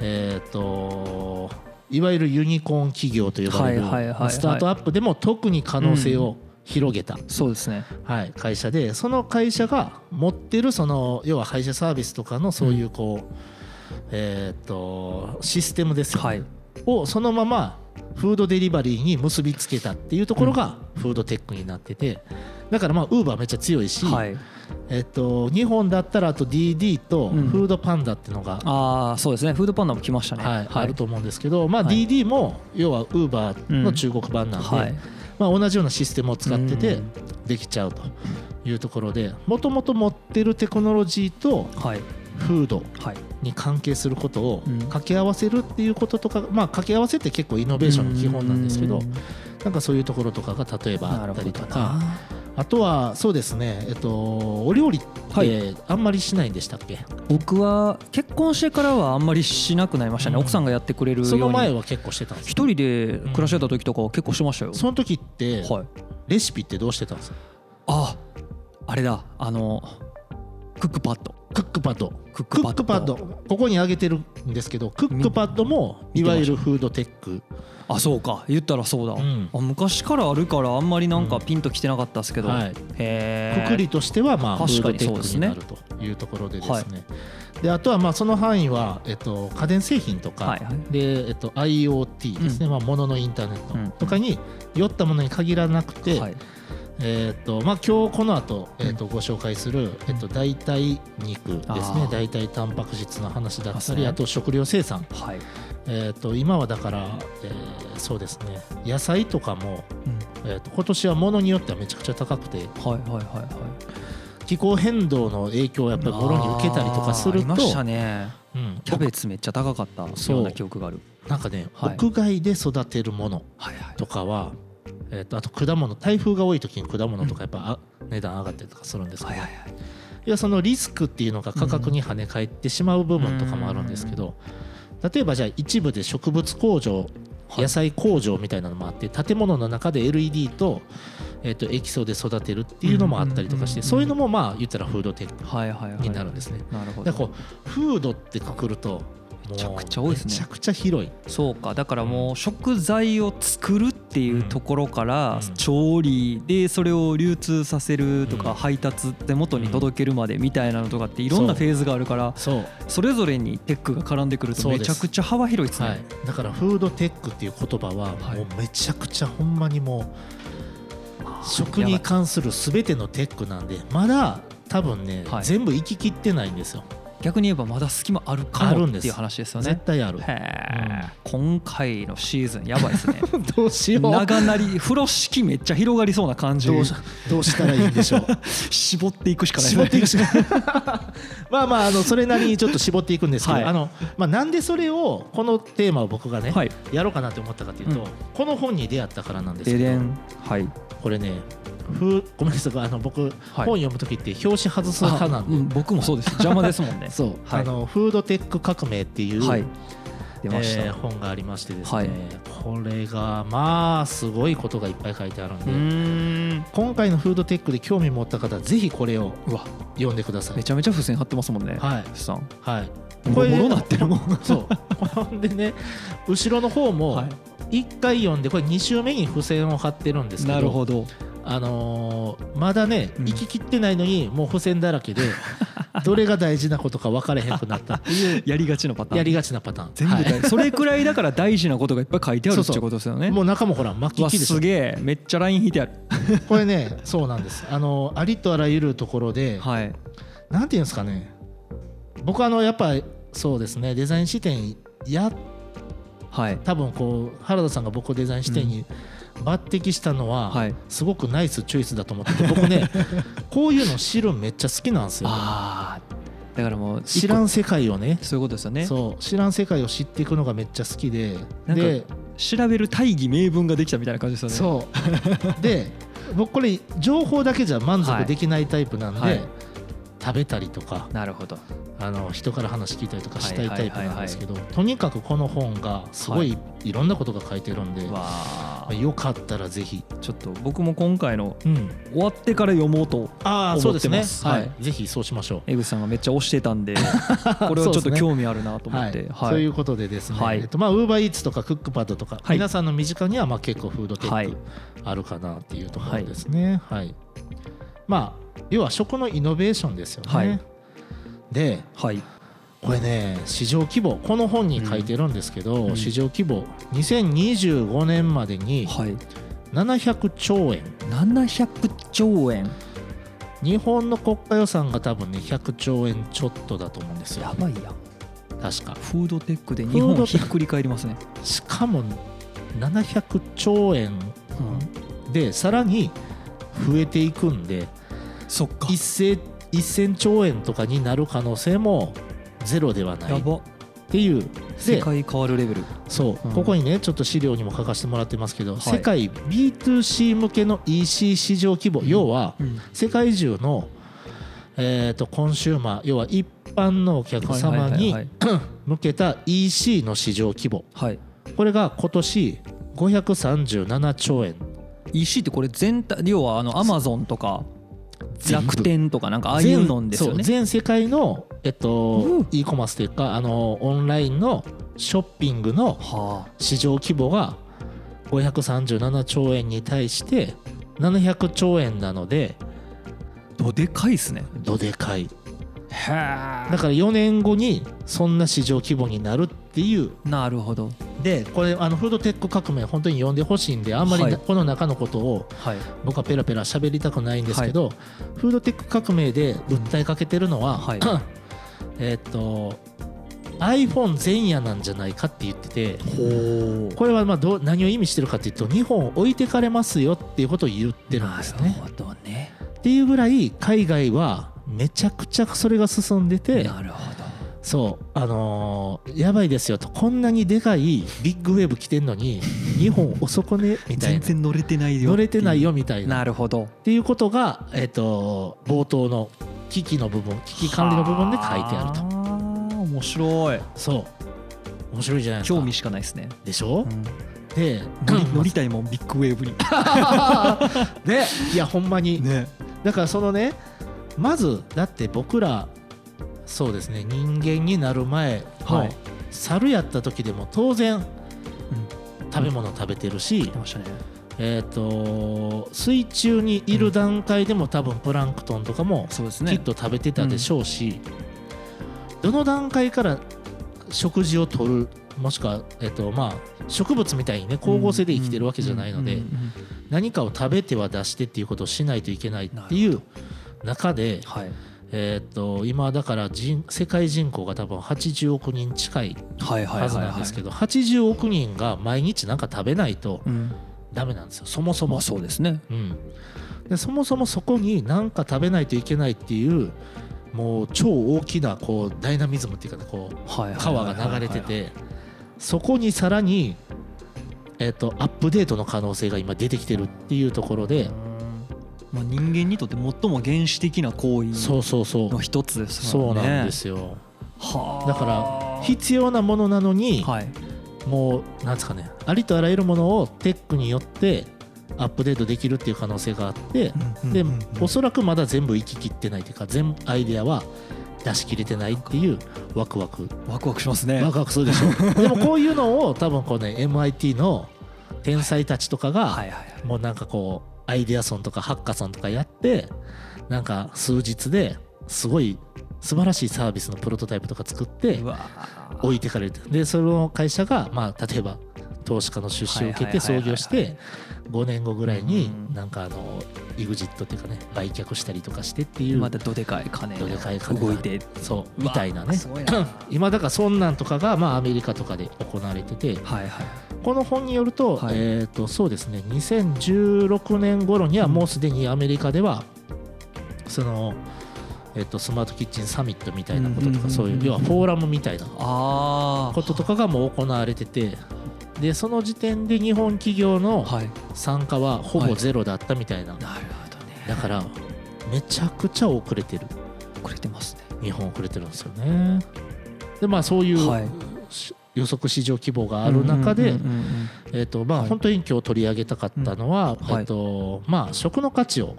Speaker 2: えーっといわゆるユニコーン企業と呼ばれる
Speaker 1: はいはいはいはい
Speaker 2: スタートアップでも特に可能性を広げた、
Speaker 1: そうですね。
Speaker 2: はい、会社でその会社が持ってるその要は配車サービスとかのそういうこう、えーっとシステムですよね
Speaker 1: はい。
Speaker 2: をそのままフードデリバリーに結びつけたっていうところがフードテックになっててだからまあウーバーめっちゃ強いし、
Speaker 1: はい。
Speaker 2: えーっと日本だったらあと DD と
Speaker 1: うん
Speaker 2: フードパンダっていうのが、
Speaker 1: ああ、そうですね。フードパンダも来ましたね。
Speaker 2: はいあると思うんですけど、まあ、
Speaker 1: はい
Speaker 2: DD も要はウーバーの中国版なんで、
Speaker 1: はい。
Speaker 2: まあ、同じようなシステムを使ってて
Speaker 1: うん
Speaker 2: できちゃうというところでもともと持ってるテクノロジーと
Speaker 1: はい。
Speaker 2: フード
Speaker 1: はい。
Speaker 2: に関係することを
Speaker 1: うん
Speaker 2: 掛け合わせるっていうこととか、まあ掛け合わせって結構イノベーションの基本なんですけどなんかそういうところとかが例えば
Speaker 1: な
Speaker 2: あ
Speaker 1: る
Speaker 2: った
Speaker 1: ほ
Speaker 2: りと
Speaker 1: ど
Speaker 2: か
Speaker 1: な。
Speaker 2: あとはそうですねえっとお料理っ
Speaker 1: は
Speaker 2: てあんまりしないんでしたっけ、
Speaker 1: 僕は結婚してからはあんまりしなくなりましたね。
Speaker 2: うん
Speaker 1: 奥さんがやってくれるように。
Speaker 2: その前は結構してたんです
Speaker 1: 一人で暮らしてた時とかは結構してましたよ。
Speaker 2: その時って
Speaker 1: はい。
Speaker 2: レシピってどうしてたんですか
Speaker 1: あ、あれだ。あのクックパッド。
Speaker 2: クックパッド
Speaker 1: クッ
Speaker 2: クックパッド。ここに挙げてるんですけどクックパッドも
Speaker 1: 見
Speaker 2: い
Speaker 1: てま
Speaker 2: わ
Speaker 1: した
Speaker 2: ゆるフードテック
Speaker 1: あ、そうか。言ったらそうだ。
Speaker 2: うん
Speaker 1: あ昔からあるからあんまりなんかピンときてなかったですけど。
Speaker 2: はい
Speaker 1: へえ。
Speaker 2: くくりとしてはまあフー
Speaker 1: 確か
Speaker 2: ド
Speaker 1: に
Speaker 2: テ
Speaker 1: そう
Speaker 2: ッ
Speaker 1: で
Speaker 2: ク
Speaker 1: す
Speaker 2: に
Speaker 1: ね
Speaker 2: なるというところでですねであとはまあその範囲は、えっと、家電製品とか、
Speaker 1: はいはい
Speaker 2: でえっと、IoT ですね、まあ、もののインターネ
Speaker 1: うんう
Speaker 2: ッ
Speaker 1: ん
Speaker 2: トとかに酔ったものに限らなくて、
Speaker 1: はい
Speaker 2: えっとまあ、今日この後、えっとご紹介する、えっと、代替肉
Speaker 1: あ
Speaker 2: です
Speaker 1: ー
Speaker 2: ね代替タンパク質の話だ
Speaker 1: あ
Speaker 2: っ
Speaker 1: そ
Speaker 2: た
Speaker 1: う
Speaker 2: りあと食料生産、
Speaker 1: はい、
Speaker 2: えっと今はだから、えーそうですね野菜とかも、
Speaker 1: うん
Speaker 2: えっと今年はものによってはめちゃくちゃ高くて
Speaker 1: はいはいはいはい
Speaker 2: 気候変動の影響をやっぱりボロに受けたりとかする
Speaker 1: あーありま
Speaker 2: と
Speaker 1: したね
Speaker 2: うん
Speaker 1: キャベツめっちゃ高かった
Speaker 2: そう
Speaker 1: ような記憶がある
Speaker 2: なんかね、
Speaker 1: はい
Speaker 2: 屋外で育てるもの
Speaker 1: はいはい
Speaker 2: とかは、えー、とあと果物台風が多い時に果物とかやっぱ、あ値段上がったりとかするんですけど、
Speaker 1: はい
Speaker 2: い
Speaker 1: はいはい
Speaker 2: やそのリスクっていうのが価格に跳ね返ってしまう部分とかもあるんですけど、例えばじゃあ一部で植物工場
Speaker 1: はい
Speaker 2: 野菜工場みたいなのもあって建物の中で LED と,、えー、と液晶で育てるっていうのもあったりとかし
Speaker 1: うんうんうんうん
Speaker 2: てそういうのもまあ言ったらフードテック
Speaker 1: はいはいはい
Speaker 2: になるんですね。
Speaker 1: なるほ
Speaker 2: だ
Speaker 1: ど
Speaker 2: からこうフードってくくると
Speaker 1: め
Speaker 2: もう
Speaker 1: ちゃくちゃ多いですね
Speaker 2: めちゃくちゃ広い。
Speaker 1: そうかだからもう食材を作るっていうところから
Speaker 2: うん
Speaker 1: 調理でそれを流通させると
Speaker 2: う
Speaker 1: か
Speaker 2: ん
Speaker 1: 配達手元に届けるまでみたいなのとかっていろんなフェーズがあるから
Speaker 2: そう
Speaker 1: それぞれにテックが絡んでくると
Speaker 2: そう
Speaker 1: め
Speaker 2: です
Speaker 1: ちゃくちゃ幅広いですね。
Speaker 2: はい、だからフードテックっていう言葉は
Speaker 1: はい
Speaker 2: もうめちゃくちゃほんまにもう食
Speaker 1: やば
Speaker 2: に
Speaker 1: い
Speaker 2: 関する全てのテックなんでまだ多分ね、
Speaker 1: はい
Speaker 2: 全部行ききってないんですよ、
Speaker 1: 逆に言えばまだ隙間あるか
Speaker 2: ある
Speaker 1: も
Speaker 2: ん
Speaker 1: っ
Speaker 2: です
Speaker 1: ていう話ですよ
Speaker 2: 絶
Speaker 1: ね。
Speaker 2: 対ある
Speaker 1: へえ、今回のシーズンやばいです ね。
Speaker 2: どうし
Speaker 1: 長なり風呂敷めっちゃ広がりそうな感じ
Speaker 2: どうしどうしたらいいんでしょう
Speaker 1: 絞っていくしかない
Speaker 2: 絞っていくしか まあまああのそれなりにちょっと絞っていくんですけど、
Speaker 1: はい
Speaker 2: あのまあ、なんでそれをこのテーマを僕がね、
Speaker 1: はい
Speaker 2: やろうかなって思ったかというと、
Speaker 1: うん
Speaker 2: この本に出会ったからなんです
Speaker 1: で
Speaker 2: け
Speaker 1: で
Speaker 2: ど
Speaker 1: んはい
Speaker 2: これねふごめんなさいあの僕、本読む時って表紙外す派なんで、
Speaker 1: あうん僕もそうです邪魔ですもん ね
Speaker 2: そう、
Speaker 1: はい
Speaker 2: あのフードテック革命っていう、
Speaker 1: はい出ました、
Speaker 2: えー本がありましてですね、
Speaker 1: はい
Speaker 2: これがまあすごいことがいっぱい書いてあるん
Speaker 1: う
Speaker 2: で、
Speaker 1: ーん
Speaker 2: 今回のフードテックで興味持った方はぜひこれを
Speaker 1: うわ
Speaker 2: 読んでくださ
Speaker 1: め
Speaker 2: い
Speaker 1: ちゃめちゃ付箋貼ってますもんね
Speaker 2: はい
Speaker 1: ふさん
Speaker 2: はい
Speaker 1: ボロボロなってる もん
Speaker 2: そうほんでね後ろの方も
Speaker 1: はい
Speaker 2: 1回読んでこれ2週目に付箋を貼ってるんですけど
Speaker 1: なるほど
Speaker 2: あのーまだね
Speaker 1: うん
Speaker 2: 行ききってないのにもう付箋だら けでどれが大事なことか分かれへんくなったっていう
Speaker 1: やりがちのパターン
Speaker 2: やりがちなパターン
Speaker 1: 全部
Speaker 2: はい
Speaker 1: 大それくらいだから大事なことがいっぱい書いてある
Speaker 2: そう
Speaker 1: って
Speaker 2: そう
Speaker 1: ことですよね
Speaker 2: もう中もほら巻
Speaker 1: う
Speaker 2: き
Speaker 1: わ
Speaker 2: 木ですす
Speaker 1: げえめっちゃライン引いてある
Speaker 2: これねそうなんですあのありとあらゆるところで、
Speaker 1: はい
Speaker 2: なんていうんですかね僕あのやっぱそうですねデザイン視点や
Speaker 1: はい
Speaker 2: 多分こう原田さんが僕をデザイン視点に抜擢したのは、
Speaker 1: はい
Speaker 2: すごくナイスチョイスだと思ってて僕ね こういうの知るんめっちゃ好きなんですよ
Speaker 1: あーだからもう
Speaker 2: 知らん
Speaker 1: 一
Speaker 2: 世界をね
Speaker 1: 個そういうことですよね
Speaker 2: そう知らん世界を知っていくのがめっちゃ好きで
Speaker 1: なんか
Speaker 2: で
Speaker 1: 調べる大義名分ができたみたいな感じですよね
Speaker 2: そうで僕これ情報だけじゃ満足できないタイプなんで、
Speaker 1: はいはい
Speaker 2: 食べたりとか
Speaker 1: なるほど
Speaker 2: あの人から話聞いたりとかしたいタイプ
Speaker 1: はいはいはいはい
Speaker 2: なんですけどとにかくこの本がすごいいろんなことが書いてるんで、ま
Speaker 1: わ
Speaker 2: あ
Speaker 1: ー
Speaker 2: よかったらぜひ、
Speaker 1: ちょっと僕も今回の
Speaker 2: うん、
Speaker 1: 終わってから読もうと
Speaker 2: ああ
Speaker 1: 思
Speaker 2: そう
Speaker 1: っ
Speaker 2: で
Speaker 1: て
Speaker 2: す
Speaker 1: ま
Speaker 2: ね
Speaker 1: す
Speaker 2: はい、
Speaker 1: は
Speaker 2: ぜひそうしましょ
Speaker 1: 江口さんがめっちゃ推してた んで
Speaker 2: う
Speaker 1: これはちょっと
Speaker 2: 日
Speaker 1: 興味あるなと思って、
Speaker 2: はい、そういうことでですね、
Speaker 1: はい
Speaker 2: えっとまあウーバーイーツとかクックパッドとか、
Speaker 1: はい
Speaker 2: 皆さんの身近にはまあ結構フードテ
Speaker 1: は
Speaker 2: ッ
Speaker 1: い
Speaker 2: クあるかなっていうところですね。はい、まあ要は食のイノベーションですよね。
Speaker 1: はい
Speaker 2: で
Speaker 1: はい
Speaker 2: これね市場規模この本に書いてるんですけど、
Speaker 1: うん
Speaker 2: 市場規模2025年までに
Speaker 1: はい、
Speaker 2: 700兆円
Speaker 1: 700兆円
Speaker 2: 日本の国家予算が多分ね100兆円ちょっとだと思うんですよ
Speaker 1: やばいやん
Speaker 2: 確か
Speaker 1: フードテックで
Speaker 2: フ
Speaker 1: 日
Speaker 2: ード
Speaker 1: 本ひっくり返りますね、
Speaker 2: しかも700兆円
Speaker 1: うん、
Speaker 2: でさらに増えていくんで
Speaker 1: そっか
Speaker 2: 1000 1000兆円とかになる可能性もゼロではな
Speaker 1: や
Speaker 2: いっ
Speaker 1: ば
Speaker 2: ていう
Speaker 1: 世
Speaker 2: で
Speaker 1: 界変わるレベル
Speaker 2: そう、
Speaker 1: うん
Speaker 2: ここにねちょっと資料にも書かせてもらってますけど、
Speaker 1: はい
Speaker 2: 世界 B2C 向けの EC 市場規模、要は
Speaker 1: うん
Speaker 2: 世界中の、えー、とコンシューマー要は一般のお客様に
Speaker 1: はい
Speaker 2: 向けた EC の市場規模
Speaker 1: はい、はい
Speaker 2: これが今年537兆円
Speaker 1: EC ってこれ全体要はあのアマゾンとか
Speaker 2: 全部
Speaker 1: 楽天とかなんかああいうのんですよ
Speaker 2: そう
Speaker 1: ね
Speaker 2: 全世界の、えっ
Speaker 1: う
Speaker 2: と
Speaker 1: ん、
Speaker 2: e コマースというかあのオンラインのショッピングの
Speaker 1: は
Speaker 2: 市場規模が537兆円に対して700兆円なので
Speaker 1: あどでかいっすね
Speaker 2: どでかい
Speaker 1: へ
Speaker 2: だから4年後にそんな市場規模になるっていう
Speaker 1: えなるほど
Speaker 2: でこれあのフードテック革命本当に読んでほしいんであんまり
Speaker 1: はい
Speaker 2: なこの中のことを
Speaker 1: はい
Speaker 2: 僕はペラペラ喋りたくないんですけど、フードテック革命で訴えかけてるのは、
Speaker 1: はい
Speaker 2: えーっと iPhone 前夜なんじゃないかって言ってて
Speaker 1: ほう
Speaker 2: これはまあどう何を意味してるかっていうと2本置いてかれますよっていうことを言ってるんです
Speaker 1: なる
Speaker 2: ね。
Speaker 1: ほどね
Speaker 2: っていうぐらい海外はめちゃくちゃそれが進んでて
Speaker 1: なるほど
Speaker 2: そうあのーやばいですよとこんなにでかいビッグウェーブ来てんのに2本遅くねみたい
Speaker 1: 全
Speaker 2: な
Speaker 1: 然乗れてないよ
Speaker 2: 乗れてない
Speaker 1: よ
Speaker 2: よみたいな
Speaker 1: なるほど
Speaker 2: っていうことが、えっと冒頭の危機の部分危機管理の部分で書いてあると
Speaker 1: と面白い
Speaker 2: そう面白いじゃないですか
Speaker 1: 興味しかないですね、
Speaker 2: でし
Speaker 1: う
Speaker 2: ょ、
Speaker 1: ん
Speaker 2: で
Speaker 1: 乗り乗りたいもんビッグウェーブに
Speaker 2: でいやほんまに、
Speaker 1: ね
Speaker 2: だからそのねまずだって僕らそうですね人間になる前の、
Speaker 1: はい
Speaker 2: 猿やった時でも当然食べ物食べてるし、
Speaker 1: 出ましたね
Speaker 2: えー、と水中にいる段階でも多分プランクトンとかも
Speaker 1: そうです
Speaker 2: き
Speaker 1: ね
Speaker 2: っと食べてたでしょうし、どの段階から食事をとるもしくは、えーとまあ、植物みたいにね光合成で生きてるわけじゃないので、
Speaker 1: うんうんうんうん
Speaker 2: 何かを食べては出してっていうことをしないといけないっていう中で、
Speaker 1: はい
Speaker 2: えー、と今だから人世界人口が多分80億人近い
Speaker 1: はいはい
Speaker 2: はず
Speaker 1: はい
Speaker 2: なん
Speaker 1: は
Speaker 2: ですけ
Speaker 1: い
Speaker 2: ど、80億人が毎日何か食べないと
Speaker 1: うん
Speaker 2: ダメなんですよそもそ
Speaker 1: ま
Speaker 2: も
Speaker 1: あ。そうですね
Speaker 2: うん、でそもそもそこに何か食べないといけないっていうもう超大きなこうダイナミズムっていうかねこう
Speaker 1: はいはい
Speaker 2: 川が流れててそこにさらに、えっとアップデートの可能性が今出てきてるっていうところで、
Speaker 1: まあ、人間にとって最も原始的な行為
Speaker 2: そうそうそう
Speaker 1: の一つです
Speaker 2: そう
Speaker 1: ね
Speaker 2: なんですよ
Speaker 1: はあ
Speaker 2: だから必要なものなのに、
Speaker 1: はい
Speaker 2: もうなんですかねありとあらゆるものをテックによってアップデートできるっていう可能性があって、で、おそらくまだ全部行ききってないというか全アイデアは出し切れてないっていうワクワク
Speaker 1: ワクワクしますね
Speaker 2: ワクワクするでし ょでもこういうのを多分こうね MIT の天才たちとか
Speaker 1: は
Speaker 2: が
Speaker 1: いはいはい
Speaker 2: もうなんかこうアイデアソンとかハッカソンとかやってなんか数日ですごい素晴らしいサービスのプロトタイプとか作って
Speaker 1: うわ
Speaker 2: 置いてかれてでその会社がまあ例えば投資家の出資を受けて
Speaker 1: はいはい
Speaker 2: 創
Speaker 1: はいはい
Speaker 2: 業して5年後ぐらいに
Speaker 1: うん
Speaker 2: なんかあの EXIT っていうかね売却したりとかしてってい
Speaker 1: ー
Speaker 2: う
Speaker 1: またどでかい金が
Speaker 2: どでかい金が
Speaker 1: 動いて
Speaker 2: そうみたいな
Speaker 1: うわ
Speaker 2: ね
Speaker 1: すごいな
Speaker 2: 今だからそんなんとかがまあアメリカとかで行われてて
Speaker 1: はいはい
Speaker 2: この本によると,、
Speaker 1: はい
Speaker 2: えー、とそうですね2016年頃にはもうすでにアメリカではその、えっとスマートキッチンサミットみたいなこと
Speaker 1: うんう
Speaker 2: と
Speaker 1: んうんう
Speaker 2: か
Speaker 1: ん
Speaker 2: そういう要はフォーラムみたいな
Speaker 1: あ
Speaker 2: こととかがもう行われててでその時点で日本企業
Speaker 1: あ
Speaker 2: の
Speaker 1: はい
Speaker 2: 参加はほぼゼロだったみたいな、
Speaker 1: なるほどね
Speaker 2: だからめちゃくちゃ遅れてる
Speaker 1: くれてますね
Speaker 2: 日本遅れてるんですよねでまあそういう、
Speaker 1: はい
Speaker 2: し予測市場規模がある中で、
Speaker 1: うんうんうんうん
Speaker 2: えーとまあ、
Speaker 1: はい
Speaker 2: 本当に今日取り上げたかったのは、
Speaker 1: んはい
Speaker 2: えーとまあ、食の価値を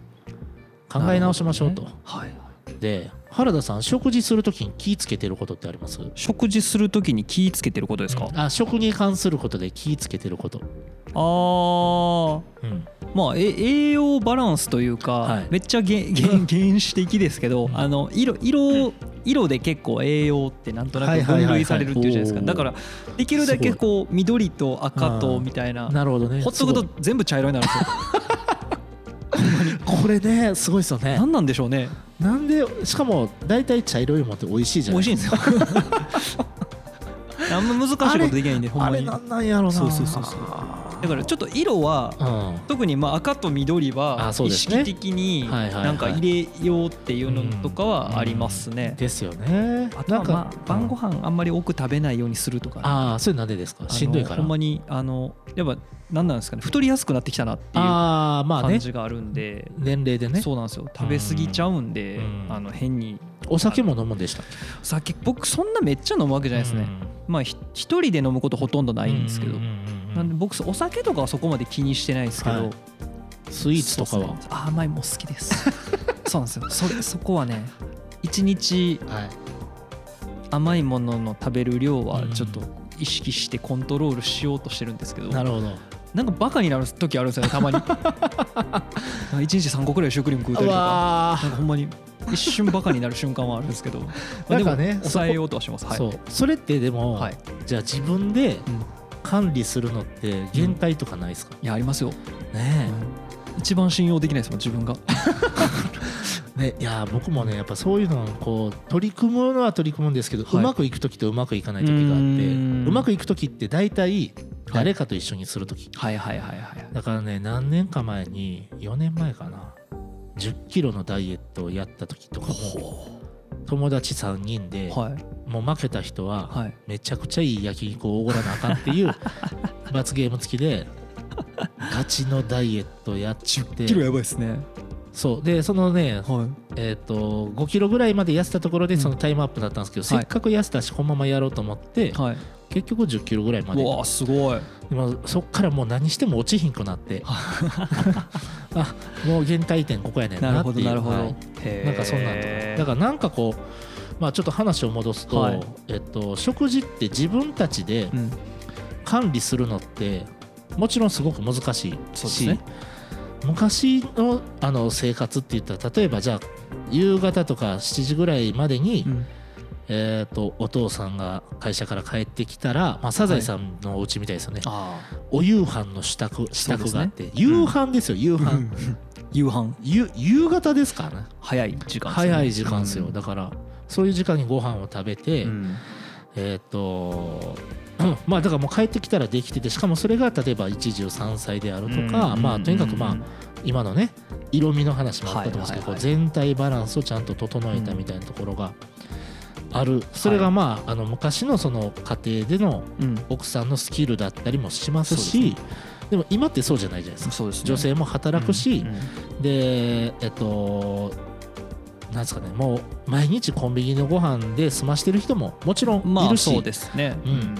Speaker 2: 考え直しましょうと、
Speaker 1: なるほどねはい
Speaker 2: で原田さん食事するときに気ぃつけてることってあります
Speaker 1: 食事するときに気ぃつけてることですか、あ
Speaker 2: あ食に関することで気ぃつけてること、
Speaker 1: あ
Speaker 2: うん、
Speaker 1: まあ、え栄養バランスというか、
Speaker 2: はい
Speaker 1: めっちゃげ んげん原始的ですけど、
Speaker 2: うん
Speaker 1: あの色色色で結構栄養ってなんとな
Speaker 2: は
Speaker 1: く
Speaker 2: いはいはい
Speaker 1: 分
Speaker 2: はい
Speaker 1: 類されるっていうじゃないですか、
Speaker 2: おー
Speaker 1: だからできるだけ
Speaker 2: す
Speaker 1: こう緑と赤と
Speaker 2: うん
Speaker 1: みたいな
Speaker 2: なるほどね
Speaker 1: ほっとく
Speaker 2: す
Speaker 1: と全部茶色になるんですよ
Speaker 2: ごいこれねすごいですよね
Speaker 1: 何なんでしょうね
Speaker 2: なんでしかも大体茶色いもんって美味しいじゃ
Speaker 1: 美
Speaker 2: ない
Speaker 1: 味しいんですよ あんま難しいことできないんでほん
Speaker 2: あ
Speaker 1: ま
Speaker 2: れ
Speaker 1: に
Speaker 2: な
Speaker 1: だ
Speaker 2: んなんやろな
Speaker 1: そうそうそうそうからちょっと色は
Speaker 2: うん、は
Speaker 1: 特にまあ赤と緑は
Speaker 2: あそう
Speaker 1: 意
Speaker 2: ですね
Speaker 1: 識的に
Speaker 2: いはいはい
Speaker 1: なんか入れようっていうのとかはありますね、
Speaker 2: ですよね
Speaker 1: あとは、まあ、晩ご
Speaker 2: 飯
Speaker 1: 飯あんまり多く食べないようにするとかね、
Speaker 2: ああそれなんでですか
Speaker 1: あの
Speaker 2: しんどいから
Speaker 1: ほんまにあのやっぱ何なんですかね太りやすくなってきたなっていう
Speaker 2: ああまあ
Speaker 1: 感
Speaker 2: ね
Speaker 1: じがあるんで、
Speaker 2: 年齢でね
Speaker 1: そうなんですよ食べ過ぎちゃうんで、
Speaker 2: うん
Speaker 1: あの変に
Speaker 2: お酒も飲むんでしたっけ
Speaker 1: 酒僕そんなめっちゃ飲むわけじゃないですね、まあひ一人で飲むことほとんどないんですけど、
Speaker 2: うううんうん
Speaker 1: なんで僕お酒とかはそこまで気にしてないですけど、
Speaker 2: はいスイーツとか
Speaker 1: そう
Speaker 2: は
Speaker 1: ですねあ甘いもん好きです そうなんですよそれそこはね一日
Speaker 2: はい
Speaker 1: 甘いものの食べる量はちょっと
Speaker 2: う
Speaker 1: 意識してコントロールしようとしてるんですけど、
Speaker 2: なるほど
Speaker 1: なんかバカになる時あるんですよねた まになんか1日3個くらいシュークリーム食うたりとか
Speaker 2: わ
Speaker 1: なんかほんまに一瞬バカになる瞬間はあるんですけ ど
Speaker 2: ーなんかねそ
Speaker 1: 抑えようとはしますはい
Speaker 2: そうそれってでも、
Speaker 1: はい
Speaker 2: じゃあ自分
Speaker 1: う
Speaker 2: で
Speaker 1: ん
Speaker 2: 管理するのって限界とかないですか、
Speaker 1: いやありますよ、
Speaker 2: ね
Speaker 1: 一番信用できないですもん自分が
Speaker 2: えねいやー僕もねやっぱそういうのをこう取り組むのは取り組むんですけど、
Speaker 1: はいう
Speaker 2: まくいく時とうまくいかない時があっ
Speaker 1: う
Speaker 2: て
Speaker 1: ーん
Speaker 2: うまくいく時って大体誰かと一緒にする時、
Speaker 1: はいはいはいはい
Speaker 2: だからね何年か前に4年前かな1 0キロのダイエットをやった時とかも友達3人で、
Speaker 1: はい
Speaker 2: もう負けた人は、
Speaker 1: はい
Speaker 2: めちゃくちゃいい焼肉をおごらなあかんっ ていう罰ゲーム付きでガチのダイエットやって
Speaker 1: ばいですね
Speaker 2: そうでそのね、
Speaker 1: は
Speaker 2: えー、と5キロぐらいまで痩せたところで
Speaker 1: うん
Speaker 2: そのタイムアップだったんですけど、
Speaker 1: はい
Speaker 2: せっかく痩せたしこのままやろうと思って、
Speaker 1: いはい
Speaker 2: 結局1 0キロぐらいまで
Speaker 1: うわあすごい
Speaker 2: でもそっからもう何しても落ちひんくなって あもう限界点ここやねん
Speaker 1: なる
Speaker 2: な
Speaker 1: ほ
Speaker 2: って
Speaker 1: ど
Speaker 2: いう
Speaker 1: なるほど、
Speaker 2: はい
Speaker 1: へー
Speaker 2: なんかそんなんとかだからなんかこうまあちょっと話を戻すと、
Speaker 1: はい
Speaker 2: えっと、食事って自分たちで
Speaker 1: うん
Speaker 2: 管理するのってもちろんすごく難しい
Speaker 1: そうです
Speaker 2: し、
Speaker 1: ね
Speaker 2: 昔のあの生活って言ったら例えばじゃあ夕方とか7時ぐらいまでに、
Speaker 1: うん
Speaker 2: えー、とお父さんが会社から帰ってきたら、まあ、サザエさんのお家みたいですよね、
Speaker 1: あ
Speaker 2: お夕飯の支度支
Speaker 1: そうで
Speaker 2: 度
Speaker 1: すね
Speaker 2: があって、夕飯ですよ夕飯、
Speaker 1: あ 夕飯
Speaker 2: ゆ夕方ですからね
Speaker 1: 早い時間ですね
Speaker 2: 早い時間ですよ、だからそういう時間にご飯を食べて、
Speaker 1: うん
Speaker 2: えーっ、と、 うんまあだからもう帰ってきたらできててしかもそれが例えば一汁三菜であるとか、
Speaker 1: うん
Speaker 2: まあとにかくまあ
Speaker 1: うん
Speaker 2: 今のね色味の話もあったと思うんですけど、
Speaker 1: はいはいはい
Speaker 2: こう全体バランスをちゃんと整えたみたいなところがある、それがまああの昔のその家庭での
Speaker 1: うん
Speaker 2: 奥さんのスキルだったりもします
Speaker 1: そうで
Speaker 2: しでも今ってそうじゃないじゃないですか
Speaker 1: そうですね
Speaker 2: 女性も働くし、
Speaker 1: うんうん
Speaker 2: でえっとなんですかねもう毎日コンビニのご飯で済ましてる人ももちろん
Speaker 1: ま
Speaker 2: い
Speaker 1: あ
Speaker 2: るし、
Speaker 1: そうですね
Speaker 2: うん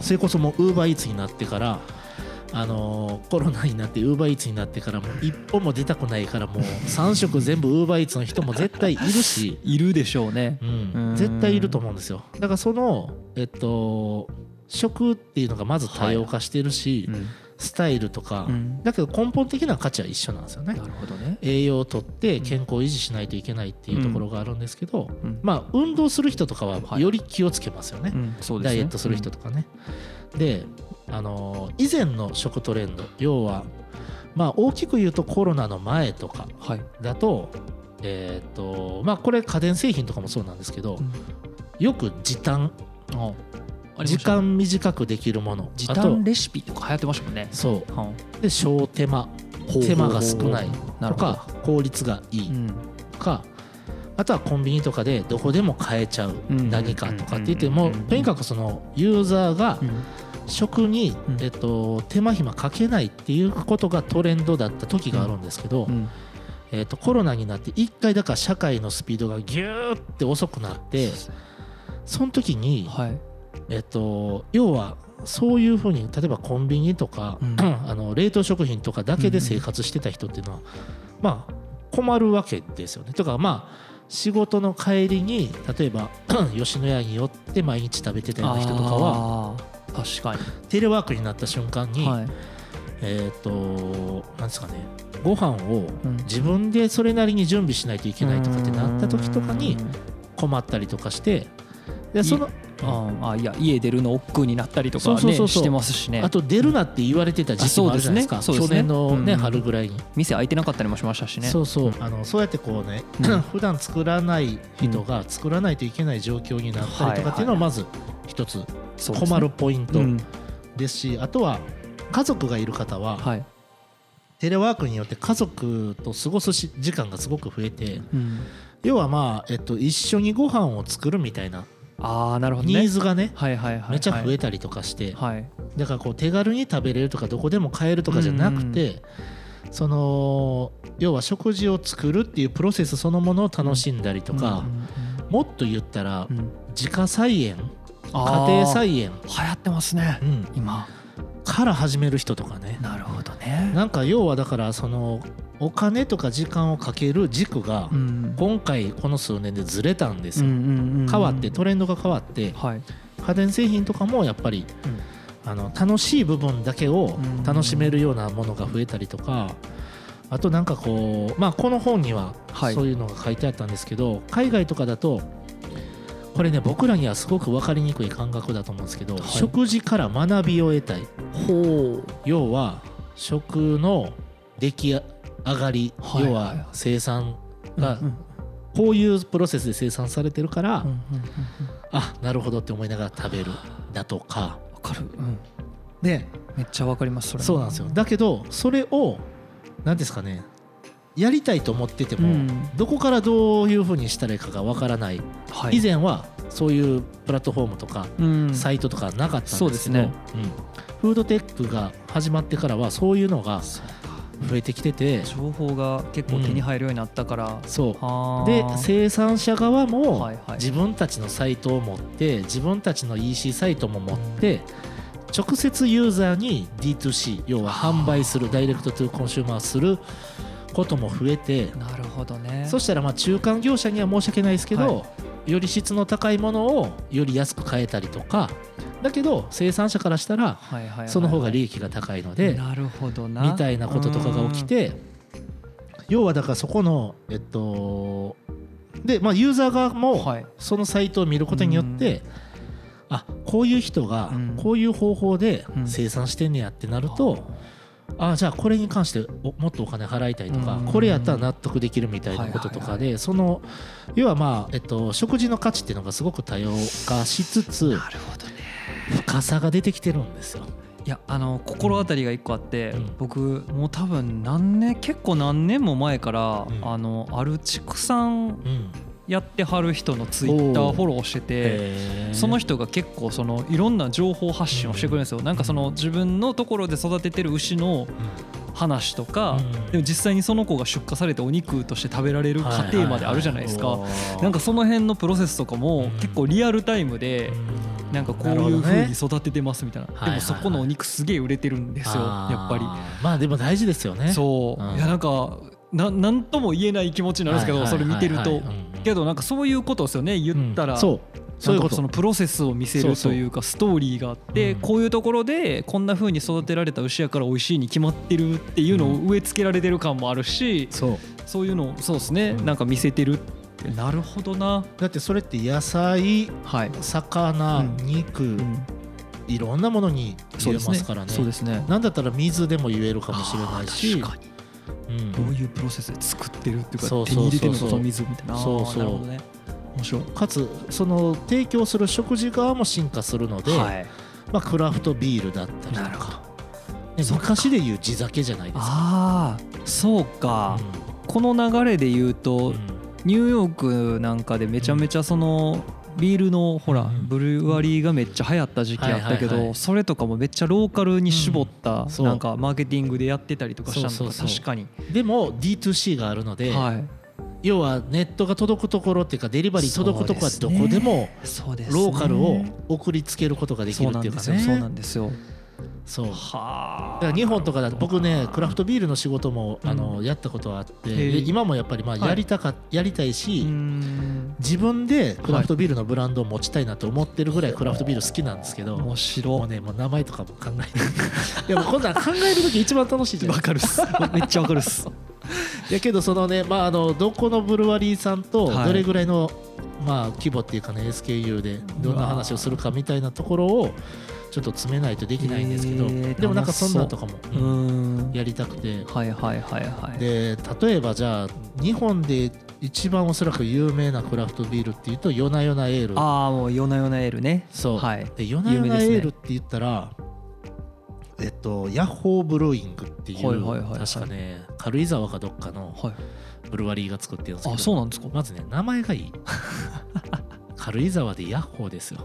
Speaker 2: それこそもうウーバーイーツになってから、あのーコロナになってウーバーイーツになってからもう一歩も出たくないからもう3食全部ウーバーイーツの人も絶対いるし、
Speaker 1: いるでしょうね
Speaker 2: うん
Speaker 1: うん
Speaker 2: 絶対いると思うんですよだからそのえっと食っていうのがまず多様化してるし、
Speaker 1: うん
Speaker 2: スタイルとか、
Speaker 1: うん
Speaker 2: だけど根本的な価値は一緒なんですよね
Speaker 1: なるほどね
Speaker 2: 栄養をとって健康を維持しないといけないっていうところがあるんですけど、
Speaker 1: うん
Speaker 2: まあ運動する人とかは
Speaker 1: はい
Speaker 2: より気をつけますよね、
Speaker 1: うんそうです
Speaker 2: ダ
Speaker 1: ね
Speaker 2: イエットする人とかね。で、あのー以前の食トレンド要はまあ大きく言うとコロナの前とか
Speaker 1: うんはい
Speaker 2: だとえっ、とまあこれ家電製品とかもそうなんですけど、
Speaker 1: うん
Speaker 2: よく時短
Speaker 1: あありま
Speaker 2: 時
Speaker 1: したね
Speaker 2: 間短くできるもの
Speaker 1: 時
Speaker 2: あと
Speaker 1: 短レシピとか流行ってましたもんね
Speaker 2: そ
Speaker 1: は
Speaker 2: うで小手間
Speaker 1: あ
Speaker 2: 手間が少ない
Speaker 1: な
Speaker 2: と
Speaker 1: るほど
Speaker 2: か効率がいい
Speaker 1: うん
Speaker 2: とか。あとはコンビニとかでどこでも買えちゃう
Speaker 1: うん
Speaker 2: 何かとかって言って
Speaker 1: うん
Speaker 2: もうとにかくそのユーザーが
Speaker 1: うん
Speaker 2: 食に
Speaker 1: う、ん
Speaker 2: えっと、手間暇かけないっていうことがトレンドだった時があるんですけど、
Speaker 1: うん
Speaker 2: えっと、コロナになって一回だから社会のスピードがギューって遅くなってその時に、
Speaker 1: はい
Speaker 2: えっと、要はそういうふうに例えばコンビニとか、
Speaker 1: うん
Speaker 2: あの冷凍食品とかだけで生活してた人っていうのは、まあ困るわけですよね。とかまあ仕事の帰りに例えば 吉野家に寄って毎日食べてたような人とかは
Speaker 1: あー確か
Speaker 2: テレワークになった瞬間に、
Speaker 1: にはい
Speaker 2: えっ、となんですかねご飯を
Speaker 1: うん
Speaker 2: 自分でそれなりに準備しないといけないとかってなった時とかに
Speaker 1: うん
Speaker 2: 困ったりとかしてでその
Speaker 1: ああいや家出るの億劫になったりとか
Speaker 2: そうそうそうそ
Speaker 1: ね
Speaker 2: う
Speaker 1: してますしね
Speaker 2: あと出るなって言われてた時期もあるじゃないですか
Speaker 1: あそうですね
Speaker 2: 去年の、
Speaker 1: そうで
Speaker 2: ね
Speaker 1: すねうん
Speaker 2: 春ぐらいに、
Speaker 1: 店開いてなかったりもしましたしね
Speaker 2: そうそうあのそうやってこうね、
Speaker 1: うん
Speaker 2: 普段作らない人が作らないといけない状況になったりとかっていうのはまず一つ
Speaker 1: そうですね
Speaker 2: 困るポイント
Speaker 1: うん
Speaker 2: ですし、あとは家族がいる方は、
Speaker 1: はい
Speaker 2: テレワークによって家族と過ごすし時間がすごく増えて
Speaker 1: うん
Speaker 2: 要はまあ、えっと、一緒にご飯を作るみたいな
Speaker 1: ああなるほど
Speaker 2: ニ
Speaker 1: ね
Speaker 2: ーズがね
Speaker 1: はいはいはい
Speaker 2: めちゃ増え
Speaker 1: て
Speaker 2: たりとかして、
Speaker 1: はい
Speaker 2: だからこう手軽に食べれるとかどこでも買えるとかじゃなくて、その要は食事を作るっていうプロセスそのものを楽しんだりとか、もっと言ったら、
Speaker 1: うんうんうん
Speaker 2: 自家菜園
Speaker 1: あ
Speaker 2: 家
Speaker 1: ー
Speaker 2: 庭菜園、
Speaker 1: 流行ってますね
Speaker 2: うん
Speaker 1: 今
Speaker 2: から始める人とかね
Speaker 1: なるほどね
Speaker 2: なんか要はだからそのお金とか時間をかける軸が
Speaker 1: うん
Speaker 2: 今回この数年でずれたんですよ、
Speaker 1: うんうんうんうん
Speaker 2: 変わってトレンドが変わって
Speaker 1: はい
Speaker 2: 家電製品とかもやっぱり、
Speaker 1: うん
Speaker 2: あの楽しい部分だけを
Speaker 1: うん
Speaker 2: 楽しめるようなものが増えたりとか、あとなんかこう、まあ、この本には
Speaker 1: はい
Speaker 2: そういうのが書いてあったんですけど、海外とかだとこれね僕らにはすごく分かりにくい感覚だと思うんですけど、
Speaker 1: はい
Speaker 2: 食事から学びを得たい
Speaker 1: ほう
Speaker 2: 要は食の出来上がり、
Speaker 1: はい
Speaker 2: 要
Speaker 1: はいはい
Speaker 2: は生産が
Speaker 1: うんうん
Speaker 2: こういうプロセスで生産されてるか
Speaker 1: う
Speaker 2: ら、
Speaker 1: んうんうん
Speaker 2: あなるほどって思いながら食べるだとか
Speaker 1: わかる、うん、
Speaker 2: で
Speaker 1: めっちゃわかりますそれ
Speaker 2: そうなんですよだけどそれを何ですかねやりたいと思ってても、
Speaker 1: うん
Speaker 2: どこからどういうふうにしたらいいかがわからない、
Speaker 1: はい、
Speaker 2: 以前はそういうプラットフォームとか
Speaker 1: うん、
Speaker 2: サイトとかなかったんですけど、
Speaker 1: そう
Speaker 2: うんフードテックが始まってからはそういうのが
Speaker 1: そうか
Speaker 2: 増えてきてて
Speaker 1: 情報が結構手に入るようになったから、
Speaker 2: そう
Speaker 1: あ
Speaker 2: で
Speaker 1: ー
Speaker 2: 生産者側
Speaker 1: は
Speaker 2: も
Speaker 1: いはい
Speaker 2: 自分たちのサイトを持って自分たちの EC サイトも持って直接ユーザーに D2C 要は販売するダイレクトトゥーコンシューマーすることも増えて
Speaker 1: なるほどね
Speaker 2: そしたらまあ中間業者には申し訳ないですけど、
Speaker 1: は
Speaker 2: より質の高いものをより安く買えたりとかだけど生産者からしたら
Speaker 1: はいはいはいはい
Speaker 2: その方が利益が高いので
Speaker 1: なるほどな
Speaker 2: みたいなこととかが起きて要はだからそこのえっとでまあユーザー側
Speaker 1: うん
Speaker 2: も
Speaker 1: はい
Speaker 2: そのサイトを見ることによってあこういう人が
Speaker 1: うん
Speaker 2: こういう方法で
Speaker 1: うん
Speaker 2: 生産してんねやってなるとあじゃあこれに関しておもっとお金払いたいとか
Speaker 1: うん
Speaker 2: これやったら納得できるみたいなことと
Speaker 1: はい
Speaker 2: か
Speaker 1: は
Speaker 2: でその要はまあえっと食事の価値っていうのがすごく多様化しつつ
Speaker 1: なるほどね
Speaker 2: 深さが出てきてるんですよ。
Speaker 1: いやあの心当たりが一個あって、
Speaker 2: うん
Speaker 1: 僕もう多分何年結構何年も前から、
Speaker 2: うん
Speaker 1: あのある畜産
Speaker 2: うん
Speaker 1: やってはる人のツイッターフォローしてて
Speaker 2: へー
Speaker 1: その人が結構そのいろんな情報発信をしてくれるんですよ。なんかその自分のところで育ててる牛の話とか、
Speaker 2: うん
Speaker 1: でも実際にその子が出荷されてお肉として食べられる過程まであるじゃないですか。なんかその辺のプロセスとか
Speaker 2: うん
Speaker 1: も結構リアルタイムで。なんかこういう風に
Speaker 2: です
Speaker 1: 育ててますみたいな
Speaker 2: はいはい
Speaker 1: で
Speaker 2: はい
Speaker 1: もそこのお肉すげえ売れてるんですよやっぱ
Speaker 2: まあでも大事ですよね
Speaker 1: りそう、
Speaker 2: うん
Speaker 1: いやなんかななんとも言えない気持ちになるんですけど、
Speaker 2: はいはいはいはい
Speaker 1: それ見てると、
Speaker 2: うん
Speaker 1: けどなんかそういうことですよね言ったら、
Speaker 2: うんそうそういうこ
Speaker 1: なんか
Speaker 2: と
Speaker 1: そのプロセスを見せる
Speaker 2: そうそう
Speaker 1: というかストーリーがあって
Speaker 2: うん
Speaker 1: こういうところでこんな風に育てられた牛やから美味しいに決まってるっていうのを植え付けられてる感もあるし
Speaker 2: そう
Speaker 1: そういうのをそうですね
Speaker 2: うん
Speaker 1: なんか見せてるってなるほどな
Speaker 2: だってそれって野菜
Speaker 1: はい、
Speaker 2: 魚、
Speaker 1: うん
Speaker 2: 肉、
Speaker 1: うん
Speaker 2: いろんなものに
Speaker 1: そう
Speaker 2: 言え
Speaker 1: です
Speaker 2: ま
Speaker 1: ね
Speaker 2: すからね
Speaker 1: そうですね
Speaker 2: なんだったら水でも言えるかもしれないし
Speaker 1: あー確かに
Speaker 2: うん
Speaker 1: どういうプロセスで作ってるっていうか
Speaker 2: そう
Speaker 1: 手
Speaker 2: そ
Speaker 1: に
Speaker 2: うそうそう
Speaker 1: 入れてるのかその水みたいなあー
Speaker 2: そうそう
Speaker 1: なるほどね面白い
Speaker 2: かつその提供する食事側も進化するので、
Speaker 1: はい
Speaker 2: まあ、クラフトビールだったりと
Speaker 1: なるほ
Speaker 2: かね昔でいう地酒じゃないですか。
Speaker 1: ああそうか、この流れで言うと、
Speaker 2: うんうん
Speaker 1: ニューヨークなんかでめちゃめちゃそのビールのほら、
Speaker 2: うん
Speaker 1: ブルワリーがめっちゃ流行った時期あったけど、
Speaker 2: はいはいはい
Speaker 1: それとかもめっちゃローカルに絞った、
Speaker 2: んそう
Speaker 1: なんかマーケティングでやってたりとかしたの
Speaker 2: そう
Speaker 1: と
Speaker 2: そうそう
Speaker 1: 確かに、
Speaker 2: でも D2C があるので、
Speaker 1: はい
Speaker 2: 要はネットが届くところっていうかデリバリー届くところはどこでも
Speaker 1: そうですね
Speaker 2: ローカルを送りつけることができるっていうかね
Speaker 1: そうなんですよそうなんですよ
Speaker 2: そうだ
Speaker 1: はあ
Speaker 2: から日本とかだと僕ねクラフトビールの仕事も
Speaker 1: うん
Speaker 2: あのやったことはあって
Speaker 1: へ
Speaker 2: で
Speaker 1: え
Speaker 2: 今もやっぱりまあ
Speaker 1: はい
Speaker 2: やりたかやりたいうし
Speaker 1: ん
Speaker 2: 自分でクラフトビールのブランドを持ちたいなと思ってるぐらいクラフトビール好きなんですけど
Speaker 1: 面
Speaker 2: もう
Speaker 1: 白
Speaker 2: ねもう名前とかも考えない いやもうこんなん考える時一番楽しいじ
Speaker 1: い
Speaker 2: ゃな
Speaker 1: わ
Speaker 2: い
Speaker 1: かるっす めっちゃわかるっす
Speaker 2: いやけどそのねまああのどこのブルワリーさんと
Speaker 1: はい
Speaker 2: どれぐらいの、まあ規模っていうかね SKU でどんな話をするかみたいなところをちょっと詰めないとできないんですけど、
Speaker 1: へー
Speaker 2: でもなんか
Speaker 1: 楽しそ
Speaker 2: そ
Speaker 1: うん
Speaker 2: なんとかも、
Speaker 1: う
Speaker 2: う
Speaker 1: ん
Speaker 2: んやりたくて
Speaker 1: はいはいはいはい
Speaker 2: で例えばじゃあ日本で一番おそらく有名なクラフトビールっていうと夜な夜なエール
Speaker 1: ああもう夜な夜なエールね
Speaker 2: そう、
Speaker 1: はい
Speaker 2: で夜な夜なエ
Speaker 1: 有名
Speaker 2: ー
Speaker 1: です
Speaker 2: ル
Speaker 1: ね
Speaker 2: って言ったら、えっとヤッホーブルーイングっていう、
Speaker 1: はいはいはいはい
Speaker 2: 確かね軽井沢かどっかの
Speaker 1: はい
Speaker 2: ブルワリーが作ってるんですけど
Speaker 1: あそうなんですか
Speaker 2: まずね名前がいい軽井沢でヤッホーですよ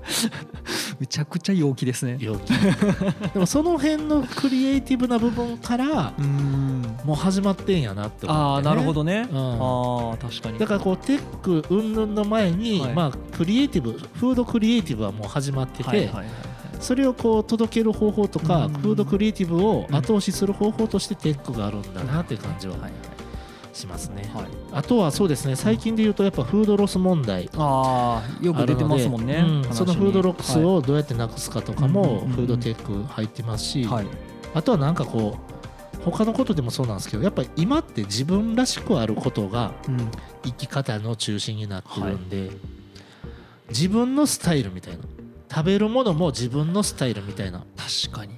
Speaker 1: めちゃくちゃ陽気ですね
Speaker 2: 陽気 でもその辺のクリエイティブな部分から
Speaker 1: うん
Speaker 2: もう始まってんやなって思って、ね、
Speaker 1: ああなるほどね、
Speaker 2: うん
Speaker 1: ああ確かに
Speaker 2: だからこうテック云々の前に、
Speaker 1: はい
Speaker 2: まあクリエイティブフードクリエイティブはもう始まってて、
Speaker 1: はいはいはいはい
Speaker 2: それをこう届ける方法とか
Speaker 1: うん
Speaker 2: フードクリエイティブを後押しする方法としてテックがあるんだなって感じは
Speaker 1: はいはい
Speaker 2: しますね。
Speaker 1: はい、
Speaker 2: あとはそうですね最近で言うとやっぱフードロス問題
Speaker 1: ああよく出てますもんね
Speaker 2: あるのでうん
Speaker 1: 話
Speaker 2: そ
Speaker 1: に
Speaker 2: のフードロックスをどうやってなくすかとかも
Speaker 1: うんうんうんうん
Speaker 2: フードテック入ってますし、
Speaker 1: はい、はい
Speaker 2: あとはなんかこう他のことでもそうなんですけどやっぱり今って自分らしくあることが
Speaker 1: うん
Speaker 2: 生き方の中心になってるんで、自分のスタイルみたいな食べるものも自分のスタイルみたいな、
Speaker 1: 確かに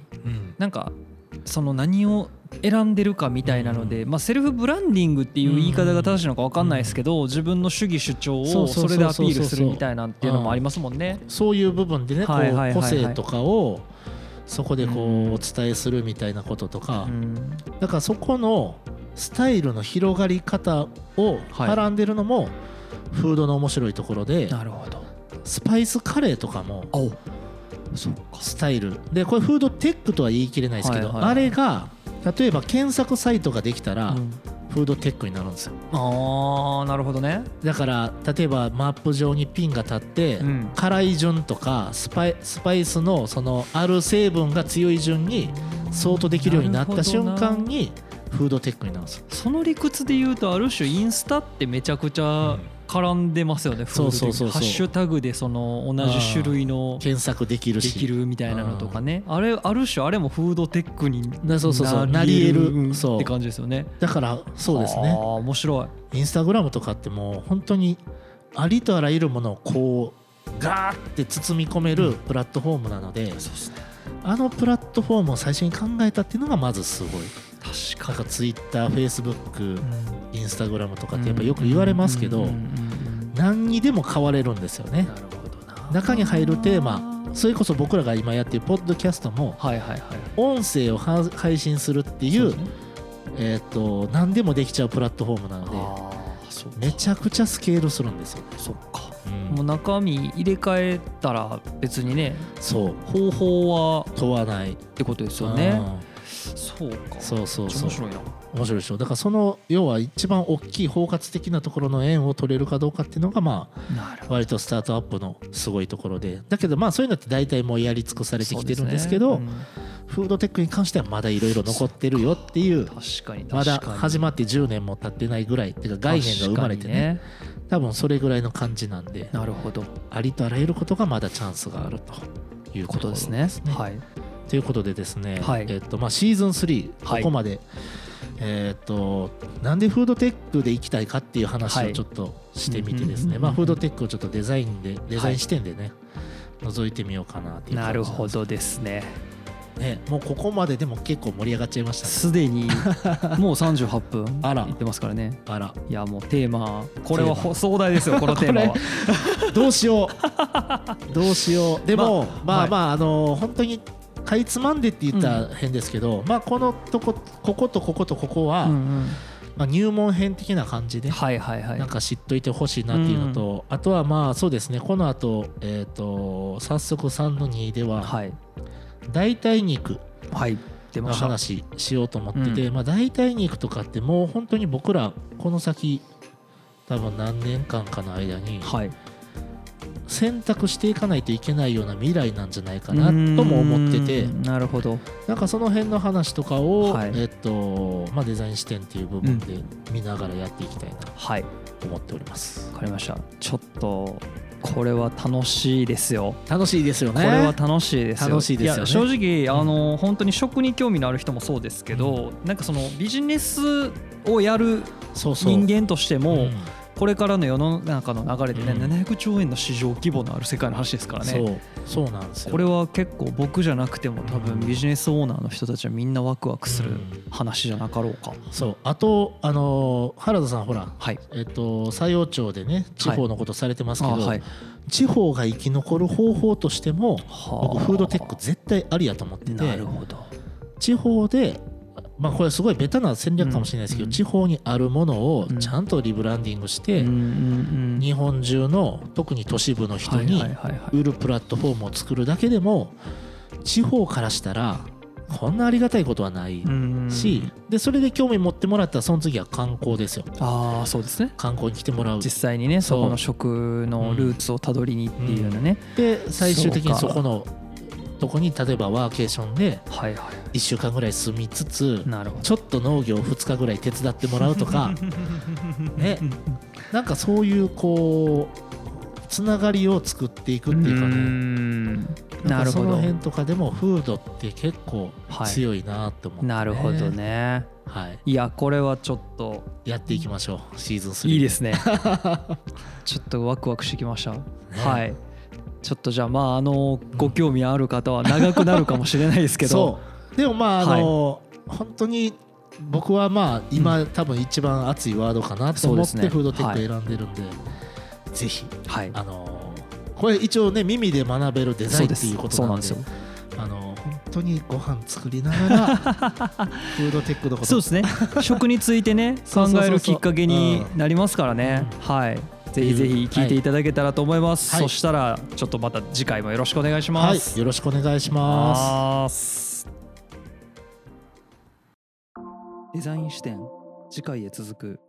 Speaker 1: なんかその何を選んでるかみたいなので、まあ、セルフブランディングっていう言い方が正しいのか分かんないですけど、自分の主義主張
Speaker 2: そう
Speaker 1: を
Speaker 2: そうそうそう
Speaker 1: それでアピールするみたいなんていうのもありますもんね。
Speaker 2: そういう部分でねこ
Speaker 1: はいは
Speaker 2: う
Speaker 1: いはいはい
Speaker 2: 個性とかをそこでこ
Speaker 1: うん
Speaker 2: うお伝えするみたいなこととか、
Speaker 1: うん
Speaker 2: だからそこのスタイルの広がり方を
Speaker 1: はい
Speaker 2: はらんでるのもフードの面白いところで、
Speaker 1: なるほど。
Speaker 2: スパイスカレーとかも
Speaker 1: おそうか。
Speaker 2: スタイルでこれフードテックとは言い切れないですけど、
Speaker 1: はいはいはい
Speaker 2: あれが例えば検索サイトができたら、
Speaker 1: うん
Speaker 2: フードテックになるんですよ
Speaker 1: ああなるほどね。
Speaker 2: だから例えばマップ上にピンが立って、
Speaker 1: うん
Speaker 2: 辛い順とかスパイスパイスのそのある成分が強い順に相当できるようになった瞬間にフードテックになるんですよ
Speaker 1: その理屈で言うとある種インスタってめちゃくちゃ絡んでますよね、フードテック
Speaker 2: そうそうそうそ
Speaker 1: ハ
Speaker 2: う
Speaker 1: ッシュタグでその同じ種類ので
Speaker 2: 検索できるし
Speaker 1: きるみたいなのとかねあれある種あれもフードテックに
Speaker 2: なそうそうそう
Speaker 1: なり得
Speaker 2: なり得るそう
Speaker 1: って感じですよね。
Speaker 2: だからそうです
Speaker 1: あー
Speaker 2: ね
Speaker 1: 面白い。
Speaker 2: インスタグラムとかってもう本当にありとあらゆるものをこうガーって包み込めるプラットフォームなので、あのプラットフォームを最初に考えたっていうのがまずすごい
Speaker 1: 確
Speaker 2: な
Speaker 1: か
Speaker 2: んかツイッターフェイスブックインスタグラムとか
Speaker 1: に。
Speaker 2: ってやっぱよく言われますけ
Speaker 1: うん
Speaker 2: ど
Speaker 1: うんうん
Speaker 2: 何にでも変われるんですよね
Speaker 1: なるほどな。
Speaker 2: 中に入るテーマそれこそ僕らが今やってるポッドキャストも
Speaker 1: はいはいはい。
Speaker 2: 音声をは配信するってい
Speaker 1: そううですね
Speaker 2: えー、と何でもできちゃうプラットフォームな
Speaker 1: あ
Speaker 2: の
Speaker 1: ーそうか
Speaker 2: でめちゃくちゃスケールするんですよ、
Speaker 1: そっか。
Speaker 2: うん
Speaker 1: もう中身入れ替えたら別にね
Speaker 2: そう
Speaker 1: 方法は
Speaker 2: 問わない
Speaker 1: ってことですよね。
Speaker 2: う
Speaker 1: そうか。
Speaker 2: んそうそうそう
Speaker 1: 面白いな。
Speaker 2: 面白いでしょだからその要は一番大きい包括的なところの円を取れるかどうかっていうのがまあ
Speaker 1: なるほど。
Speaker 2: 割とスタートアップのすごいところでだけどまあそういうのって大体もうやり尽くされてきてるんですけ
Speaker 1: そ
Speaker 2: ど
Speaker 1: うですね
Speaker 2: フードテックに関してはまだいろいろ残ってるよっていう
Speaker 1: うん確かに
Speaker 2: まだ
Speaker 1: 確かに
Speaker 2: 始まって10年も経ってないぐらいっていうか概念が生まれてね
Speaker 1: 確か
Speaker 2: 多分それぐらいの感じなんで
Speaker 1: にねなるほど。
Speaker 2: ありとあらゆることがまだチャンスがあるという
Speaker 1: こ
Speaker 2: ことと
Speaker 1: で
Speaker 2: ですす
Speaker 1: ね
Speaker 2: ね。。
Speaker 1: はい。
Speaker 2: ということでですね、
Speaker 1: はい
Speaker 2: えっとまあ、シーズン3
Speaker 1: はい
Speaker 2: ここまで、えっとなんでフードテックで生きたいかっていう話
Speaker 1: は
Speaker 2: を
Speaker 1: い
Speaker 2: ちょっとしてみてです
Speaker 1: うんうん
Speaker 2: ね、
Speaker 1: うんうん
Speaker 2: まあ、フードテックをちょっとデザインでデザイン視点でね、覗いてみようかなっていう
Speaker 1: な
Speaker 2: 感じ
Speaker 1: る
Speaker 2: んです
Speaker 1: ほどですね。
Speaker 2: ねもうここまででも結構盛り上がっちゃいましたね
Speaker 1: すで にもう38分
Speaker 2: あら
Speaker 1: いってますからね
Speaker 2: あら
Speaker 1: いやもうテーマこれは
Speaker 2: テーマ
Speaker 1: 壮大 ですよこのテーマは
Speaker 2: どうし ようどうしようで
Speaker 1: ま
Speaker 2: も、
Speaker 1: あ
Speaker 2: まあ、まあ
Speaker 1: はい
Speaker 2: あの本当にかいつまんでって言ったら変ですけど、まあこのとここことこことここは、
Speaker 1: うんうん
Speaker 2: まあ、入門編的な感じで
Speaker 1: はいはいはい
Speaker 2: なんか知っといてほしいなっていうのと、あとはまあそうですねこの後、えー、と早速3の2では
Speaker 1: はい
Speaker 2: 代替肉
Speaker 1: はい出
Speaker 2: の
Speaker 1: ました
Speaker 2: 話しようと思ってて、
Speaker 1: う
Speaker 2: まあ、代替肉とかってもう本当に僕らこの先多分何年間かの間に
Speaker 1: はい
Speaker 2: 選択していかないといけないような未来なんじゃないかなとも思って
Speaker 1: う
Speaker 2: て
Speaker 1: ーんなるほど
Speaker 2: なんかその辺の話とかを、
Speaker 1: はい
Speaker 2: えっとまあ、デザイン視点っていう部分で見ながらやっていきたいなと
Speaker 1: はい
Speaker 2: 思っております。
Speaker 1: わかりましたちょっとこれは楽しいですよ
Speaker 2: 楽しいですよね
Speaker 1: これは楽しいですよ
Speaker 2: 楽しいですよね
Speaker 1: や正直あの本当に食に興味のある人もそうですけどなんかそのビジネスをやる
Speaker 2: そうそう
Speaker 1: 人間としても
Speaker 2: うん
Speaker 1: これからの世の中の流れでね、
Speaker 2: うん
Speaker 1: 700兆円の市場規模のある世界の話ですからね
Speaker 2: そうそうなんですよ
Speaker 1: これは結構僕じゃなくても多
Speaker 2: う
Speaker 1: 分
Speaker 2: ん
Speaker 1: ビジネスオーナーの人たちはみんなワクワクする
Speaker 2: うん
Speaker 1: 話じゃなかろうか、
Speaker 2: そうあとあのー原田さんほら
Speaker 1: はい
Speaker 2: えっと採用庁でね地方のことされてますけど、
Speaker 1: あはい
Speaker 2: 地方が生き残る方法としても
Speaker 1: は
Speaker 2: 僕フードテック絶対ありやと思って
Speaker 1: な
Speaker 2: て
Speaker 1: るほど
Speaker 2: 地方でまあこれすごいベタな戦略かもしれないですけど、
Speaker 1: うん
Speaker 2: 地方にあるものを
Speaker 1: うん
Speaker 2: ちゃんとリブランディングして、
Speaker 1: うんうん
Speaker 2: 日本中の特に都市部の人
Speaker 1: は
Speaker 2: に
Speaker 1: いはいはいはい
Speaker 2: 売るプラットフォームを作るだけでも地方からしたらこんなありがたいことはない
Speaker 1: うん
Speaker 2: し、でそれで興味持ってもらったらその次は観光ですよ
Speaker 1: ああそうですね
Speaker 2: 観光に来てもらう
Speaker 1: 実際にね
Speaker 2: そ
Speaker 1: そうこの食のルーツをたどりにっていうようなね、
Speaker 2: で最終的にそこのとこに例えばワーケーションで
Speaker 1: はいは
Speaker 2: 1週間ぐらい住みつつ
Speaker 1: いなるほど
Speaker 2: ちょっと農業2日ぐらい手伝ってもらう とかねなんかそういうこうつながりを作っていくっていうか
Speaker 1: ー
Speaker 2: ね
Speaker 1: んな
Speaker 2: な
Speaker 1: んる
Speaker 2: かそ
Speaker 1: ほ
Speaker 2: の
Speaker 1: ど
Speaker 2: 辺とかでもフードって結構強いなって思って、
Speaker 1: なるほど、ね
Speaker 2: はい、
Speaker 1: いやこれはちょっと
Speaker 2: やっていきましょうシーズン3
Speaker 1: いいです ねちょっとワクワクしてきました、はいちょっとじゃあまああのご興味ある方は長くなるかもしれないですけど
Speaker 2: そうでもまああの、本当に僕はまあ今、多分一番熱いワードかなと
Speaker 1: そうで
Speaker 2: 思っ
Speaker 1: す
Speaker 2: て
Speaker 1: ね
Speaker 2: フードテック選んでるんでぜひ
Speaker 1: はい
Speaker 2: あのこれ一応ね耳で学べるデザ
Speaker 1: そうで
Speaker 2: インって
Speaker 1: す
Speaker 2: いうこと
Speaker 1: そう
Speaker 2: な
Speaker 1: なん
Speaker 2: ん
Speaker 1: で
Speaker 2: です
Speaker 1: よ
Speaker 2: あの本当にご飯作りな がらフードテックのこと
Speaker 1: そうですね食についてね
Speaker 2: そ
Speaker 1: 考
Speaker 2: うそうそうそう
Speaker 1: えるきっかけになりますからねはいぜひぜひ聞いていただけたらと思います、
Speaker 2: はい
Speaker 1: そしたらちょっとまた次回もよろしくお願いしま
Speaker 2: はい
Speaker 1: す、
Speaker 2: よろしくお願いします
Speaker 1: すデザイン視点次回へ続く